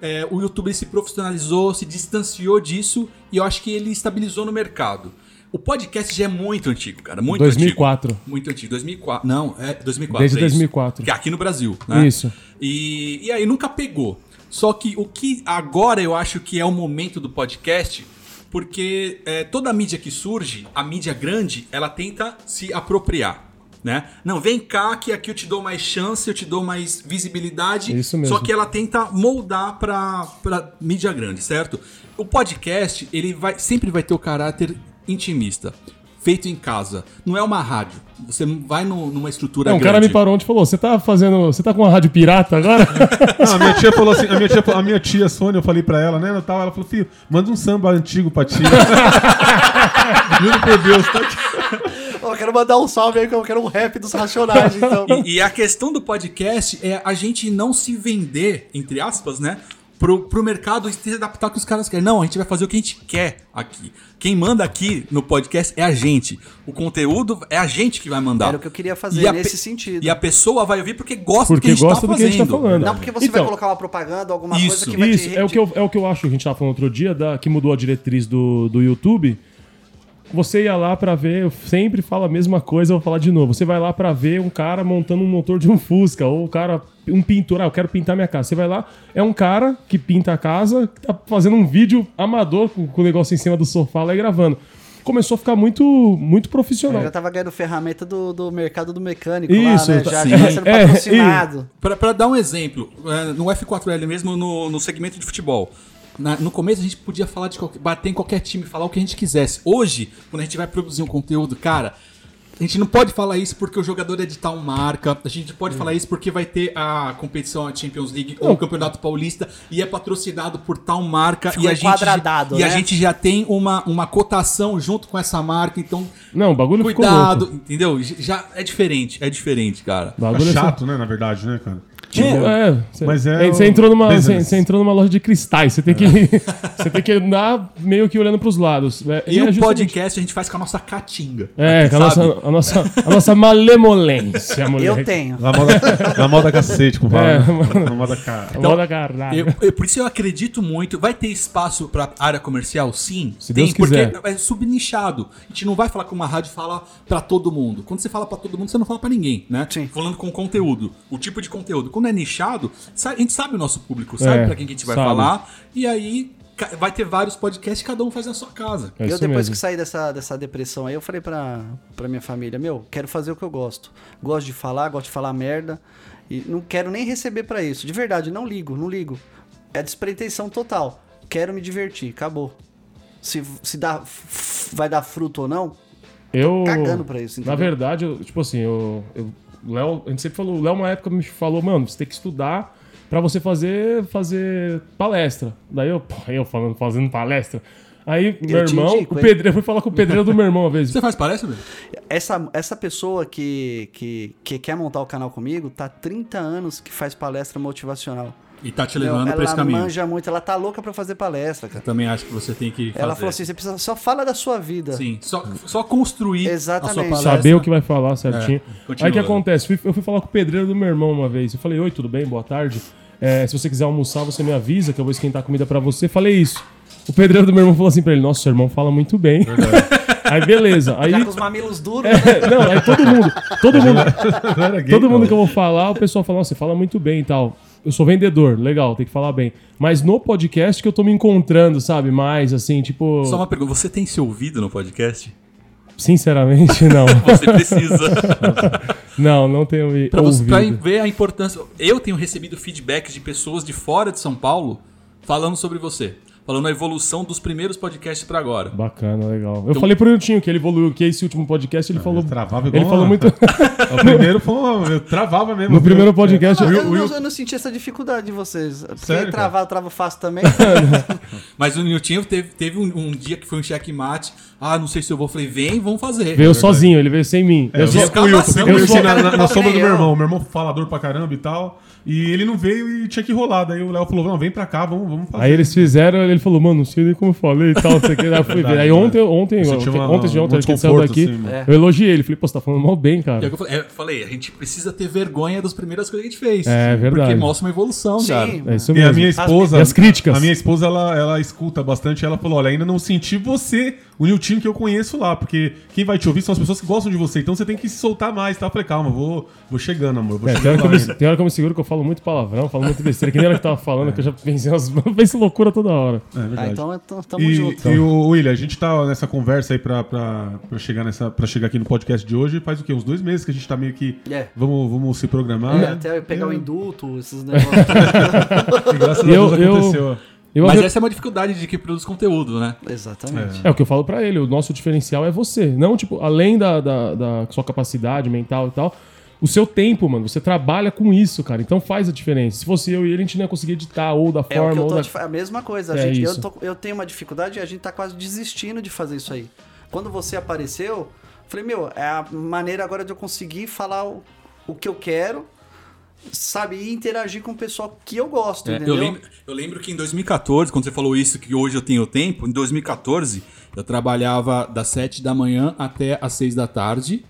Speaker 1: é, o YouTube ele se profissionalizou, se distanciou disso e eu acho que ele estabilizou no mercado. O podcast já é muito antigo, cara, muito antigo.
Speaker 2: 2004.
Speaker 1: Muito antigo, 2004. Não, é 2004.
Speaker 2: Desde
Speaker 1: é isso.
Speaker 2: 2004.
Speaker 1: Que é Aqui no Brasil, né?
Speaker 2: Isso.
Speaker 1: E, e aí nunca pegou. Só que o que agora eu acho que é o momento do podcast, porque é, toda mídia que surge, a mídia grande, ela tenta se apropriar. Né? Não, vem cá que aqui eu te dou mais chance, eu te dou mais visibilidade.
Speaker 2: É Isso mesmo.
Speaker 1: Só que ela tenta moldar pra, pra mídia grande, certo? O podcast, ele vai, sempre vai ter o caráter intimista, feito em casa. Não é uma rádio. Você não vai no- numa estrutura
Speaker 2: Não, um
Speaker 1: grande.
Speaker 2: cara me parou ontem e falou: Você tá fazendo. Você tá com uma rádio pirata agora?
Speaker 4: Não, a minha tia falou assim, a minha tia, a minha tia Sônia, eu falei pra ela, né, Natal, ela falou, filho, manda um samba antigo pra
Speaker 2: (laughs)
Speaker 4: tia. Juro por Deus, tá aqui.
Speaker 3: Ô, eu quero mandar um salve aí, que eu quero um rap dos Racionais,
Speaker 1: (laughs)
Speaker 3: então.
Speaker 1: E, e a questão do podcast é a gente não se vender, entre aspas, né? Pro, pro mercado e se adaptar ao que os caras querem. Não, a gente vai fazer o que a gente quer aqui. Quem manda aqui no podcast é a gente. O conteúdo é a gente que vai mandar.
Speaker 3: Era o que eu queria fazer
Speaker 1: E a
Speaker 3: nesse
Speaker 1: pe-
Speaker 3: sentido.
Speaker 1: E a pessoa vai ouvir porque gosta do que a
Speaker 2: Porque
Speaker 1: gente
Speaker 2: gosta
Speaker 1: tá
Speaker 2: do que a gente tá
Speaker 1: fazendo.
Speaker 2: falando.
Speaker 3: Não, porque você vai
Speaker 2: Então,
Speaker 3: colocar uma propaganda, alguma
Speaker 1: isso,
Speaker 3: coisa que vai te-
Speaker 2: Isso, é o que, eu, é o que eu acho que a gente tava falando outro dia, da, que mudou a diretriz do, do YouTube. Você ia lá pra ver, eu sempre falo a mesma coisa, eu vou falar de novo. Você vai lá pra ver um cara montando um motor de um Fusca, ou o cara, um pintor, ah, eu quero pintar minha casa. Você vai lá, é um cara que pinta a casa, que tá fazendo um vídeo amador com, com o negócio em cima do sofá lá e gravando. Começou a ficar muito, muito
Speaker 3: Eu
Speaker 2: profissional.
Speaker 3: já tava ganhando ferramenta do, do mercado do mecânico
Speaker 2: Isso,
Speaker 3: lá, né?
Speaker 2: tá-
Speaker 3: Já,
Speaker 2: sim.
Speaker 3: já sendo
Speaker 2: É,
Speaker 3: patrocinado.
Speaker 1: Pra, pra dar um exemplo, é, no F4L mesmo, no, no segmento de futebol. Na- no começo a gente podia falar de qualquer- bater em qualquer time, falar o que a gente quisesse. Hoje, quando a gente vai produzir um conteúdo, cara, a gente não pode falar isso porque o jogador é de tal marca, a gente
Speaker 3: Hum.
Speaker 1: pode falar isso porque vai ter a competição, a Champions League ou o Campeonato Paulista e é patrocinado por tal marca
Speaker 3: Ficou
Speaker 1: e a gente
Speaker 3: enquadradado,
Speaker 1: e a
Speaker 3: né?
Speaker 1: gente já tem uma, uma cotação junto com essa marca, então
Speaker 2: Não, o bagulho ficou
Speaker 1: cuidado,
Speaker 2: louco.
Speaker 1: entendeu? Já é diferente, é diferente, cara.
Speaker 2: O bagulho
Speaker 4: Tá
Speaker 2: é só-
Speaker 4: chato, né, na verdade, né, cara?
Speaker 2: Tipo, é, cê-
Speaker 4: Mas é
Speaker 2: você
Speaker 4: o
Speaker 2: entrou numa você,
Speaker 4: business. É.
Speaker 2: você entrou numa loja de cristais, você tem que (laughs) você tem que andar meio que olhando pros lados. É,
Speaker 1: E
Speaker 2: é
Speaker 1: o
Speaker 2: justamente-
Speaker 1: podcast a gente faz com a nossa catinga.
Speaker 2: é, com a nossa,
Speaker 1: sabe?
Speaker 2: a, nossa, a nossa malemolência, mulher.
Speaker 3: Eu tenho.
Speaker 4: Na moda, na moda cacete, compadre.
Speaker 2: É,
Speaker 4: na moda cara.
Speaker 2: Então, Moda caralho.
Speaker 1: Eu- eu- por isso eu acredito muito. Vai ter espaço pra área comercial? Sim.
Speaker 2: Se
Speaker 1: tem,
Speaker 2: Deus quiser.
Speaker 1: porque é subnichado. A gente não vai falar com uma rádio e falar pra todo mundo. Quando você fala pra todo mundo, você não fala pra ninguém, né?
Speaker 3: Sim.
Speaker 1: Falando com conteúdo, o tipo de conteúdo. Quando quando é nichado, sa- a gente sabe o nosso público, sabe
Speaker 2: É,
Speaker 1: pra quem que a gente vai
Speaker 2: sabe.
Speaker 1: falar. E aí ca- vai ter vários podcasts, cada um faz na sua casa.
Speaker 2: É
Speaker 3: eu,
Speaker 2: isso
Speaker 3: depois
Speaker 2: mesmo.
Speaker 3: que saí dessa, dessa depressão aí, eu falei pra, pra minha família, meu, quero fazer o que eu gosto. Gosto de falar, gosto de falar merda. E não quero nem receber pra isso. De verdade, não ligo, não ligo. É despretensão total. Quero me divertir, acabou. Se, se dá, vai dar fruto ou não,
Speaker 2: Eu.
Speaker 3: cagando pra isso,
Speaker 2: Na
Speaker 3: entendeu?
Speaker 2: verdade, eu, tipo assim, eu. eu o Léo, a gente sempre falou, o Léo, uma época, me falou, mano, você tem que estudar pra você fazer, fazer palestra. Daí eu, (laughs) pô, eu falando, fazendo palestra. Aí, meu
Speaker 3: te
Speaker 2: irmão,
Speaker 3: indico,
Speaker 2: o
Speaker 3: hein?
Speaker 2: pedreiro, eu fui falar com o pedreiro do meu irmão uma vez.
Speaker 3: (laughs)
Speaker 1: Você faz palestra, velho?
Speaker 3: essa, essa pessoa que, que, que quer montar o canal comigo tá há 30 anos que faz palestra motivacional.
Speaker 1: E tá te
Speaker 3: Meu,
Speaker 1: levando pra esse
Speaker 3: ela
Speaker 1: caminho.
Speaker 3: manja muito, ela tá louca pra fazer palestra, cara.
Speaker 1: Eu também acho que você tem que fazer.
Speaker 3: Ela falou assim: você precisa só fala da sua vida.
Speaker 1: Sim, só, só construir
Speaker 3: Exatamente.
Speaker 1: a sua palestra.
Speaker 2: Saber o que vai falar certinho.
Speaker 1: É, continua,
Speaker 2: Aí o que
Speaker 1: né?
Speaker 2: acontece? Fui- Eu fui falar com o pedreiro do meu irmão uma vez. Eu falei, oi, tudo bem? Boa tarde. É, se você quiser almoçar, você me avisa que eu vou esquentar a comida pra você. Falei isso. O pedreiro do meu irmão falou assim pra ele, nossa, seu irmão fala muito bem. (laughs)
Speaker 1: (laughs)
Speaker 2: Aí beleza. Aí,
Speaker 3: Já com os mamilos duros,
Speaker 2: É, (laughs) não, aí todo mundo, todo mundo,
Speaker 4: Era gay,
Speaker 2: todo
Speaker 1: Então.
Speaker 2: mundo que
Speaker 4: cara.
Speaker 2: eu vou falar, o pessoal fala, "Nossa, você fala muito bem e tal. Eu sou vendedor, legal, tem que falar bem. Mas no podcast que eu tô me encontrando, sabe? Mais assim, tipo.
Speaker 1: Só uma pergunta, você tem se ouvido no podcast?
Speaker 2: Sinceramente, (laughs) não.
Speaker 1: Você
Speaker 2: (laughs)
Speaker 1: precisa.
Speaker 2: não, não tenho me
Speaker 1: Pra você tá pra
Speaker 2: ouvido.
Speaker 1: ver a importância. Eu tenho recebido feedbacks de pessoas de fora de São Paulo falando sobre você. Falando a evolução dos primeiros podcasts pra agora.
Speaker 2: Bacana, legal. Eu falei pro Niltinho que ele evoluiu, que é esse último podcast ele falou.
Speaker 4: Ah, travava igual
Speaker 2: Ele falou
Speaker 4: uma-
Speaker 2: muito.
Speaker 4: O primeiro foi uma... Eu "É." travava mesmo.
Speaker 2: No primeiro podcast.
Speaker 3: Tá, eu,
Speaker 2: eu-
Speaker 3: não, eu não senti essa dificuldade de vocês. Porque
Speaker 4: Sério, cara?
Speaker 3: travar, eu travo fácil
Speaker 4: (laughs)
Speaker 3: também.
Speaker 1: Mas o Niltinho teve, teve um, um dia que foi um checkmate. Ah, não sei se eu vou. Falei, vem, vamos fazer.
Speaker 2: Veio sozinho, ele veio sem mim. eu
Speaker 4: É Eu
Speaker 2: só-
Speaker 4: fico com o Will, fico com o
Speaker 2: Eu
Speaker 4: Will
Speaker 2: sou-
Speaker 4: na, na, na sombra do meu
Speaker 3: Eu.
Speaker 4: irmão. Meu irmão falador pra caramba e tal. E ele não veio e tinha que rolar. Daí o Léo falou: não, vem pra cá, vamos, vamos fazer.
Speaker 2: Aí eles fizeram, ele falou, mano, não sei nem como eu falei e tal, não sei o que. Aí eu fui ver. Aí ontem, ontem,
Speaker 4: É né? Eu
Speaker 2: ontem,
Speaker 4: senti uma-
Speaker 2: ontem de
Speaker 4: um
Speaker 2: ontem, a gente saiu
Speaker 4: desconforto,
Speaker 2: daqui,
Speaker 4: assim, mano.
Speaker 2: eu elogiei ele. Falei, pô, você tá falando mal bem,
Speaker 1: E é o
Speaker 2: cara.
Speaker 1: que eu falei, é, eu falei, a gente precisa ter vergonha das primeiras coisas que a gente fez.
Speaker 2: É, verdade.
Speaker 1: Porque mostra uma evolução, cara.
Speaker 3: Sim,
Speaker 2: É isso
Speaker 4: E
Speaker 2: mesmo.
Speaker 4: a minha esposa.
Speaker 2: E as críticas?
Speaker 4: A minha esposa, ela, ela escuta bastante. Ela falou: olha, ainda não senti você, o Niltinho que eu conheço lá. Porque quem vai te ouvir são as pessoas que gostam de você. Então você tem que se soltar mais. Tá? Eu falei: calma, vou, vou chegando, amor. Vou
Speaker 2: É, tem, hora
Speaker 4: chegando
Speaker 2: que eu
Speaker 4: lá
Speaker 2: me,
Speaker 4: ainda.
Speaker 2: tem hora que eu me seguro que eu falo muito palavrão, falo muito besteira, que nem ela que tava falando, que eu já pensei umas (laughs) pensei loucura toda hora.
Speaker 4: É
Speaker 3: ah,
Speaker 4: verdade.
Speaker 3: então então, tamo
Speaker 4: E,
Speaker 3: junto.
Speaker 4: e o William, a gente tá nessa conversa aí pra, pra, pra chegar nessa, pra chegar aqui no podcast de hoje. Faz o quê? Uns dois meses que a gente tá meio que.
Speaker 3: É.
Speaker 4: Vamos, vamos se programar.
Speaker 3: É,
Speaker 4: né?
Speaker 3: Até eu pegar o indulto, esses negócios.
Speaker 4: (laughs)
Speaker 3: todos.
Speaker 4: E graças
Speaker 2: Eu-
Speaker 4: a Deus
Speaker 2: eu-
Speaker 4: aconteceu.
Speaker 2: Eu
Speaker 1: Mas
Speaker 2: acre-
Speaker 1: essa é uma dificuldade de quem produz conteúdo, né?
Speaker 3: Exatamente.
Speaker 2: É o que eu falo pra ele, o nosso diferencial é você. Não, tipo, além da, da- da sua capacidade mental e tal, o seu tempo, mano, você trabalha com isso, cara. Então faz a diferença. Se fosse eu e ele, a gente não ia conseguir editar ou da
Speaker 3: É, o que
Speaker 2: forma
Speaker 3: eu
Speaker 2: ou
Speaker 3: tô
Speaker 2: da...
Speaker 3: te fa- a mesma coisa. a
Speaker 2: É
Speaker 3: gente, eu,
Speaker 2: isso.
Speaker 3: tô- eu tenho uma dificuldade e a gente tá quase desistindo de fazer isso aí. Quando você apareceu, falei, meu, é a maneira agora de eu conseguir falar o, o que eu quero, sabe, e interagir com o pessoal que eu gosto,
Speaker 1: É,
Speaker 3: entendeu?
Speaker 1: eu, lembro, eu lembro que em 2014, quando você falou isso, que hoje eu tenho tempo, em 2014 eu trabalhava das 7 da manhã até as 6 da tarde.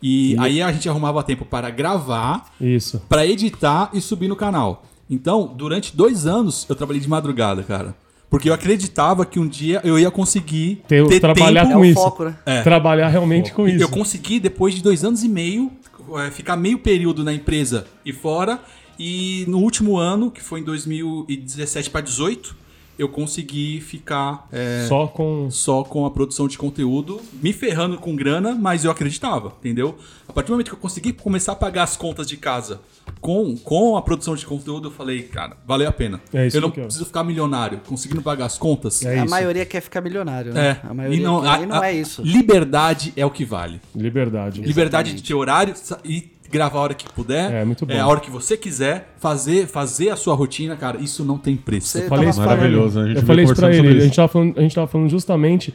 Speaker 1: E aí a gente arrumava tempo para gravar,
Speaker 2: Isso.
Speaker 1: para editar e subir no canal. Então, durante dois anos eu trabalhei de madrugada, cara. Porque eu acreditava que um dia eu ia conseguir
Speaker 2: Ter- trabalhar
Speaker 3: É
Speaker 2: com
Speaker 3: o
Speaker 2: isso.
Speaker 3: foco, né?
Speaker 1: É.
Speaker 2: Trabalhar realmente com isso.
Speaker 1: Eu consegui, depois de dois anos e meio, eh, ficar meio período na empresa e fora. E no último ano, que foi em 2017 para 18, eu consegui ficar
Speaker 4: é.
Speaker 1: eh,
Speaker 2: Só com...
Speaker 1: só com a produção de conteúdo, me ferrando com grana, mas eu acreditava, entendeu? A partir do momento que eu consegui começar a pagar as contas de casa com, com a produção de conteúdo, eu falei, cara, valeu a pena.
Speaker 2: É isso
Speaker 1: eu não
Speaker 2: que eu-
Speaker 1: preciso ficar milionário, conseguindo pagar as contas.
Speaker 2: É
Speaker 3: a
Speaker 2: isso.
Speaker 3: maioria quer ficar milionário, né?
Speaker 1: É,
Speaker 3: A maioria
Speaker 1: e não,
Speaker 3: quer,
Speaker 1: a-
Speaker 3: e não
Speaker 1: a-
Speaker 3: é isso.
Speaker 1: Liberdade é o que vale.
Speaker 2: Liberdade.
Speaker 1: Liberdade de ter horário sa- e gravar a hora que puder.
Speaker 2: É, muito bom.
Speaker 1: a hora que você quiser. Fazer, fazer a sua rotina, cara, isso não tem preço.
Speaker 3: Você
Speaker 2: falei
Speaker 3: tava
Speaker 2: isso pra
Speaker 3: falando.
Speaker 4: Maravilhoso, né? a gente
Speaker 2: eu falei
Speaker 4: veio
Speaker 2: isso pra
Speaker 4: conversando
Speaker 2: ele.
Speaker 4: sobre
Speaker 2: A, gente tava falando, a gente tava falando justamente.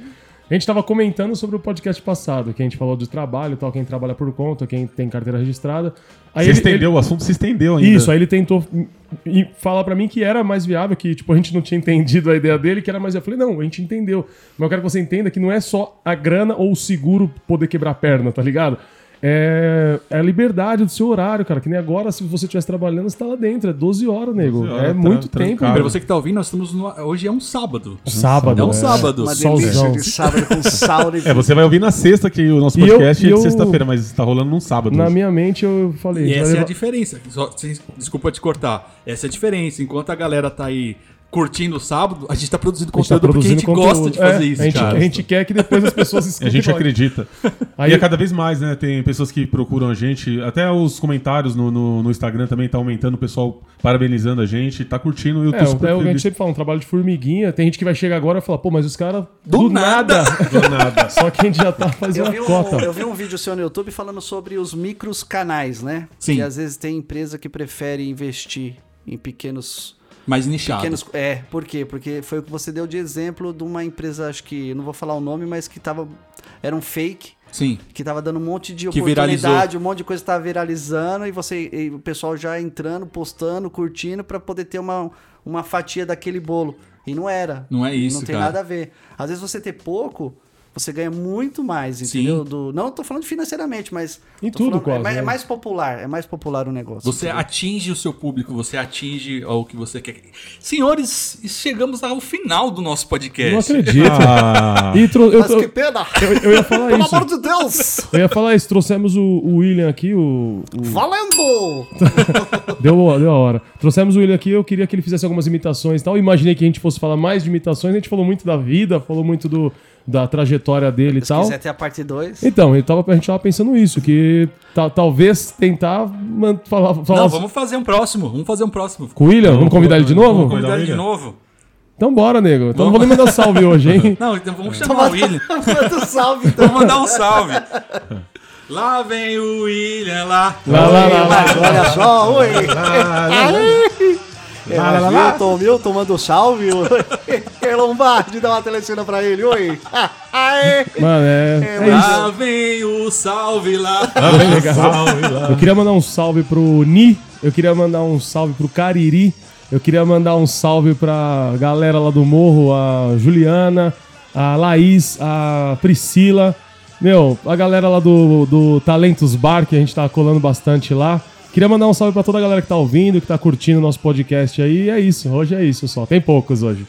Speaker 2: A gente tava comentando sobre o podcast passado, que a gente falou de trabalho e tal, quem trabalha por conta, quem tem carteira registrada. Aí
Speaker 4: Se
Speaker 2: ele-
Speaker 4: estendeu, o assunto se estendeu ainda.
Speaker 2: Isso, aí ele tentou hum, e falar pra mim que era mais viável, que tipo, a gente não tinha (laughs) entendido a ideia dele, que era mais. Eu falei, não, a gente entendeu. Mas eu quero que você entenda que não é só a grana ou o seguro poder quebrar a perna, tá ligado? É, é a liberdade do seu horário, cara. Que nem agora, se você estivesse trabalhando, você tá lá dentro. É 12 horas, nego.
Speaker 4: 12 horas,
Speaker 2: é
Speaker 4: tá
Speaker 2: muito
Speaker 4: trancado.
Speaker 2: tempo.
Speaker 1: Pra você que tá ouvindo, nós estamos no... Hoje é um sábado.
Speaker 2: Uhum. Sábado. né?
Speaker 1: É um sábado.
Speaker 3: Uma
Speaker 2: solzão.
Speaker 3: delícia de sábado com sauna. e-
Speaker 4: É, você vai ouvir na sexta, que o nosso
Speaker 2: E eu-
Speaker 4: podcast
Speaker 2: e
Speaker 4: é
Speaker 2: eu-
Speaker 4: de sexta-feira, mas tá rolando num sábado.
Speaker 2: Na minha mente, eu falei.
Speaker 1: E
Speaker 2: vai
Speaker 1: essa é a
Speaker 2: levar-
Speaker 1: diferença. Só- sem- desculpa te cortar. Essa é a diferença. Enquanto a galera tá aí curtindo o sábado, a gente tá produzindo
Speaker 2: a gente tá
Speaker 1: conteúdo porque a gente
Speaker 2: produzindo
Speaker 1: gosta de
Speaker 2: conteúdo.
Speaker 1: fazer
Speaker 2: É,
Speaker 1: isso,
Speaker 2: a gente,
Speaker 1: cara.
Speaker 2: A gente quer que depois as pessoas escutem.
Speaker 4: (laughs) A gente
Speaker 2: nós.
Speaker 4: acredita.
Speaker 2: (laughs) Aí-
Speaker 4: e é cada vez mais, né? Tem pessoas que procuram a gente. Até os comentários no, no, no Instagram também tá aumentando, o pessoal parabenizando a gente, tá curtindo. Eu tô
Speaker 2: É,
Speaker 4: super
Speaker 2: é o que a gente
Speaker 4: feliz.
Speaker 2: sempre fala, um trabalho de formiguinha. Tem gente que vai chegar agora e falar, pô, mas os caras.
Speaker 1: Do nada.
Speaker 4: (laughs) Do
Speaker 2: (laughs)
Speaker 4: nada.
Speaker 2: Só que a gente já tá fazendo
Speaker 3: Eu
Speaker 2: a
Speaker 3: vi,
Speaker 2: cota.
Speaker 3: um, eu vi um vídeo seu no YouTube falando sobre os micros canais, né?
Speaker 1: Sim.
Speaker 3: Que às vezes tem empresa que prefere investir em pequenos.
Speaker 1: Mas nichado.
Speaker 3: pequenos é, por quê? Porque foi o que você deu de exemplo de uma empresa, acho que, eu não vou falar o nome, mas que tava. Era um fake.
Speaker 1: Sim.
Speaker 3: Que tava dando um monte de
Speaker 1: Que
Speaker 3: oportunidade,
Speaker 1: viralizou.
Speaker 3: um monte de coisa que tava viralizando e você e o pessoal já entrando, postando, curtindo pra poder ter uma, uma fatia daquele bolo. E não era.
Speaker 1: Não é isso,
Speaker 3: Não tem
Speaker 1: cara.
Speaker 3: nada a ver. Às vezes você ter pouco, você ganha muito mais,
Speaker 1: Sim.
Speaker 3: entendeu? Do, não tô falando financeiramente, mas.
Speaker 2: Em
Speaker 3: tô
Speaker 2: tudo,
Speaker 3: falando-
Speaker 2: quase,
Speaker 3: É, mais-
Speaker 2: né?
Speaker 3: é mais popular, é mais popular o negócio.
Speaker 1: Você
Speaker 3: entendeu?
Speaker 1: atinge o seu público, você atinge o que você quer. Senhores, chegamos ao final do nosso
Speaker 2: Não
Speaker 1: podcast.
Speaker 2: acredito.
Speaker 4: Ah,
Speaker 2: E tro- eu,
Speaker 3: Mas que
Speaker 2: eu,
Speaker 3: pena!
Speaker 2: eu ia falar
Speaker 3: Pelo
Speaker 2: isso.
Speaker 3: amor de Deus!
Speaker 2: Eu ia falar isso. Trouxemos o, o William aqui, o.
Speaker 1: Uh.
Speaker 2: o-
Speaker 3: Valendo!
Speaker 2: Deu, deu a hora. Trouxemos o William aqui, eu queria que ele fizesse algumas imitações e tal. Imaginei que a gente fosse falar mais de imitações. A gente falou muito da vida, falou muito do, da trajetória dele e
Speaker 3: Se
Speaker 2: tal.
Speaker 3: quiser ter a parte 2.
Speaker 2: Então, ele tava, a gente tava pensando isso, que ta- talvez tentar man- falar, falar
Speaker 1: Não, vamos fazer um próximo. Vamos fazer um próximo.
Speaker 2: com o William, vamos convidar ele de
Speaker 4: vamos
Speaker 2: novo?
Speaker 4: convidar.
Speaker 1: Convidar ele de
Speaker 4: William.
Speaker 1: novo.
Speaker 2: Então bora, nego. Então não vou nem mandar salve hoje, (laughs) hein?
Speaker 1: Não, então
Speaker 4: É.
Speaker 1: vamos chamar o William.
Speaker 3: (laughs) Manda um salve, então.
Speaker 1: Vamos mandar um salve. Lá vem o William lá.
Speaker 2: Lá, lá, lá, lá.
Speaker 3: Mas olha só, oi! É,
Speaker 4: Lá, lá, lá,
Speaker 3: mas
Speaker 4: lá.
Speaker 3: Milton, Milton manda um salve. oi. Lombardi, dá uma telecena pra ele, oi! Aê!
Speaker 2: Mano, é, é isso.
Speaker 1: Lá vem o salve lá.
Speaker 2: Eu queria mandar um salve pro Ni, eu queria mandar um salve pro Cariri, eu queria mandar um salve pra galera lá do morro, a Juliana, a Laís, a Priscila, meu, a galera lá do, do Talentos Bar, que a gente tá colando bastante lá. Queria mandar um salve pra toda a galera que tá ouvindo, que tá curtindo o nosso podcast aí. E é isso, hoje é isso só. Tem poucos hoje.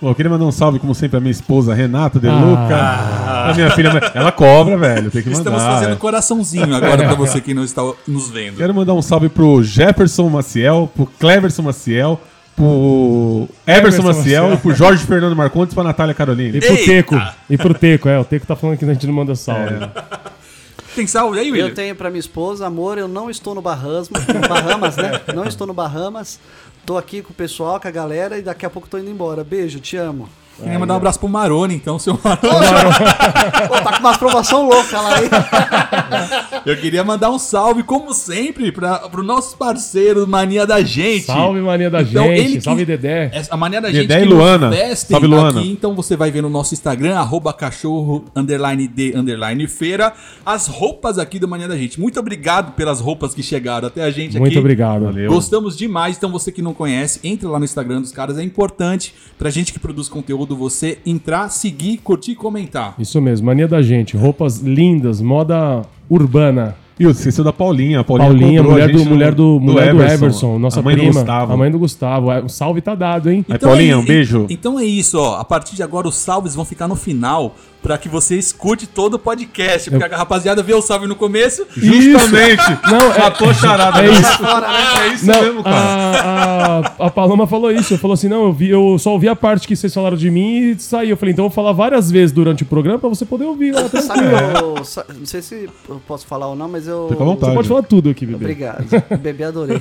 Speaker 4: Bom, eu queria mandar um salve, como sempre, à minha esposa, Renata
Speaker 2: Ah.
Speaker 4: De Luca. A minha filha, ela cobra, velho. Tem que mandar.
Speaker 1: Estamos fazendo
Speaker 4: é.
Speaker 1: coraçãozinho agora pra você que não está nos vendo.
Speaker 4: Quero mandar um salve pro Jefferson Maciel, pro Cleverson Maciel, pro
Speaker 2: Everson
Speaker 4: Everson Maciel
Speaker 2: Maciel.
Speaker 4: e pro Jorge Fernando Marcondes e pra Natália Caroline.
Speaker 2: E pro Teco. E pro Teco, é. O Teco tá falando que a gente não manda salve.
Speaker 1: Tem salve aí, William?
Speaker 3: Eu tenho pra minha esposa, amor, eu não estou no Bahamas, Bahamas, né? Não estou no Bahamas. Tô aqui com o pessoal, com a galera e daqui a pouco tô indo embora. Beijo, te amo.
Speaker 1: Queria mandar um abraço pro Marone, então, seu Marone.
Speaker 3: Pô, tá com uma promoção louca lá aí.
Speaker 1: Eu queria mandar um salve, como sempre, pra, pro nosso parceiro Mania da Gente.
Speaker 2: Salve, Mania da
Speaker 1: Então, ele
Speaker 2: Gente.
Speaker 1: que-
Speaker 2: Salve, Dedé.
Speaker 1: É, A Mania da
Speaker 4: Dedé
Speaker 1: Gente
Speaker 4: e
Speaker 1: nos
Speaker 4: Luana.
Speaker 1: vestem
Speaker 4: Salve, Luana.
Speaker 1: aqui. Então você vai ver no nosso Instagram, arroba cachorro, underline de, underline feira, as roupas aqui do Mania da Gente. Muito obrigado pelas roupas que chegaram até a gente
Speaker 2: Muito
Speaker 1: aqui.
Speaker 2: obrigado.
Speaker 4: Valeu.
Speaker 1: Gostamos demais, então você que não conhece, entre lá no Instagram dos caras, é importante pra gente que produz conteúdo você entrar, seguir, curtir e comentar.
Speaker 2: Isso mesmo, mania da gente. Roupas lindas, moda urbana.
Speaker 4: E eu esqueci da Paulinha. A Paulinha,
Speaker 2: Paulinha,
Speaker 4: comprou a
Speaker 2: mulher do,
Speaker 4: gente
Speaker 2: mulher do, mulher do Everson, nossa
Speaker 4: a mãe
Speaker 2: prima.
Speaker 4: Do Gustavo.
Speaker 2: A mãe do Gustavo. É, O salve tá dado, hein?
Speaker 4: Aí, Paulinha,
Speaker 1: Então
Speaker 4: um
Speaker 1: e-
Speaker 4: beijo.
Speaker 1: Então é isso, ó. A partir de agora, os salves vão ficar no final pra que você escute todo o podcast. Porque a rapaziada vê o salve no começo.
Speaker 4: Justamente.
Speaker 2: Não, é,
Speaker 4: Matou a charada.
Speaker 2: é
Speaker 4: né?
Speaker 2: isso.
Speaker 4: É isso
Speaker 2: Não,
Speaker 4: mesmo, cara.
Speaker 2: a, a, a Paloma falou isso. Falou assim: não, eu, vi, eu só ouvi a parte que vocês falaram de mim e saí. Eu falei, então eu vou falar várias vezes durante o programa pra você poder ouvir.
Speaker 4: Tá,
Speaker 2: Lá, tranquilo.
Speaker 3: Sabe, eu, sa- não sei se eu posso falar ou não, mas eu.
Speaker 4: Fica à vontade.
Speaker 2: você pode falar tudo aqui, bebê.
Speaker 3: Obrigado.
Speaker 2: (laughs)
Speaker 3: Bebê, adorei.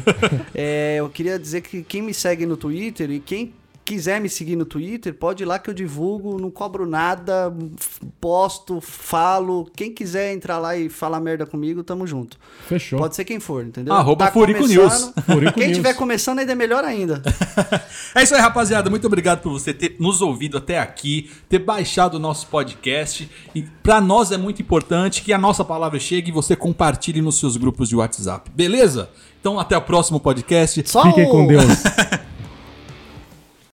Speaker 3: É, eu queria dizer que quem me segue no Twitter e quem quiser me seguir no Twitter, pode ir lá que eu divulgo, não cobro nada, f- posto, falo. Quem quiser entrar lá e falar merda comigo, tamo junto.
Speaker 2: Fechou.
Speaker 3: Pode ser quem for, entendeu? Tá
Speaker 1: Arroba Furico
Speaker 3: começando.
Speaker 1: News.
Speaker 2: Furico
Speaker 3: quem
Speaker 2: News.
Speaker 3: tiver começando ainda é
Speaker 2: (laughs)
Speaker 3: melhor ainda.
Speaker 1: (laughs) É isso aí, rapaziada. Muito obrigado por você ter nos ouvido até aqui, ter baixado o nosso podcast. E pra nós é muito importante que a nossa palavra chegue e você compartilhe nos seus grupos de WhatsApp. Beleza? Então até o próximo podcast.
Speaker 3: Só
Speaker 2: Fiquem
Speaker 3: o- (laughs)
Speaker 2: com Deus.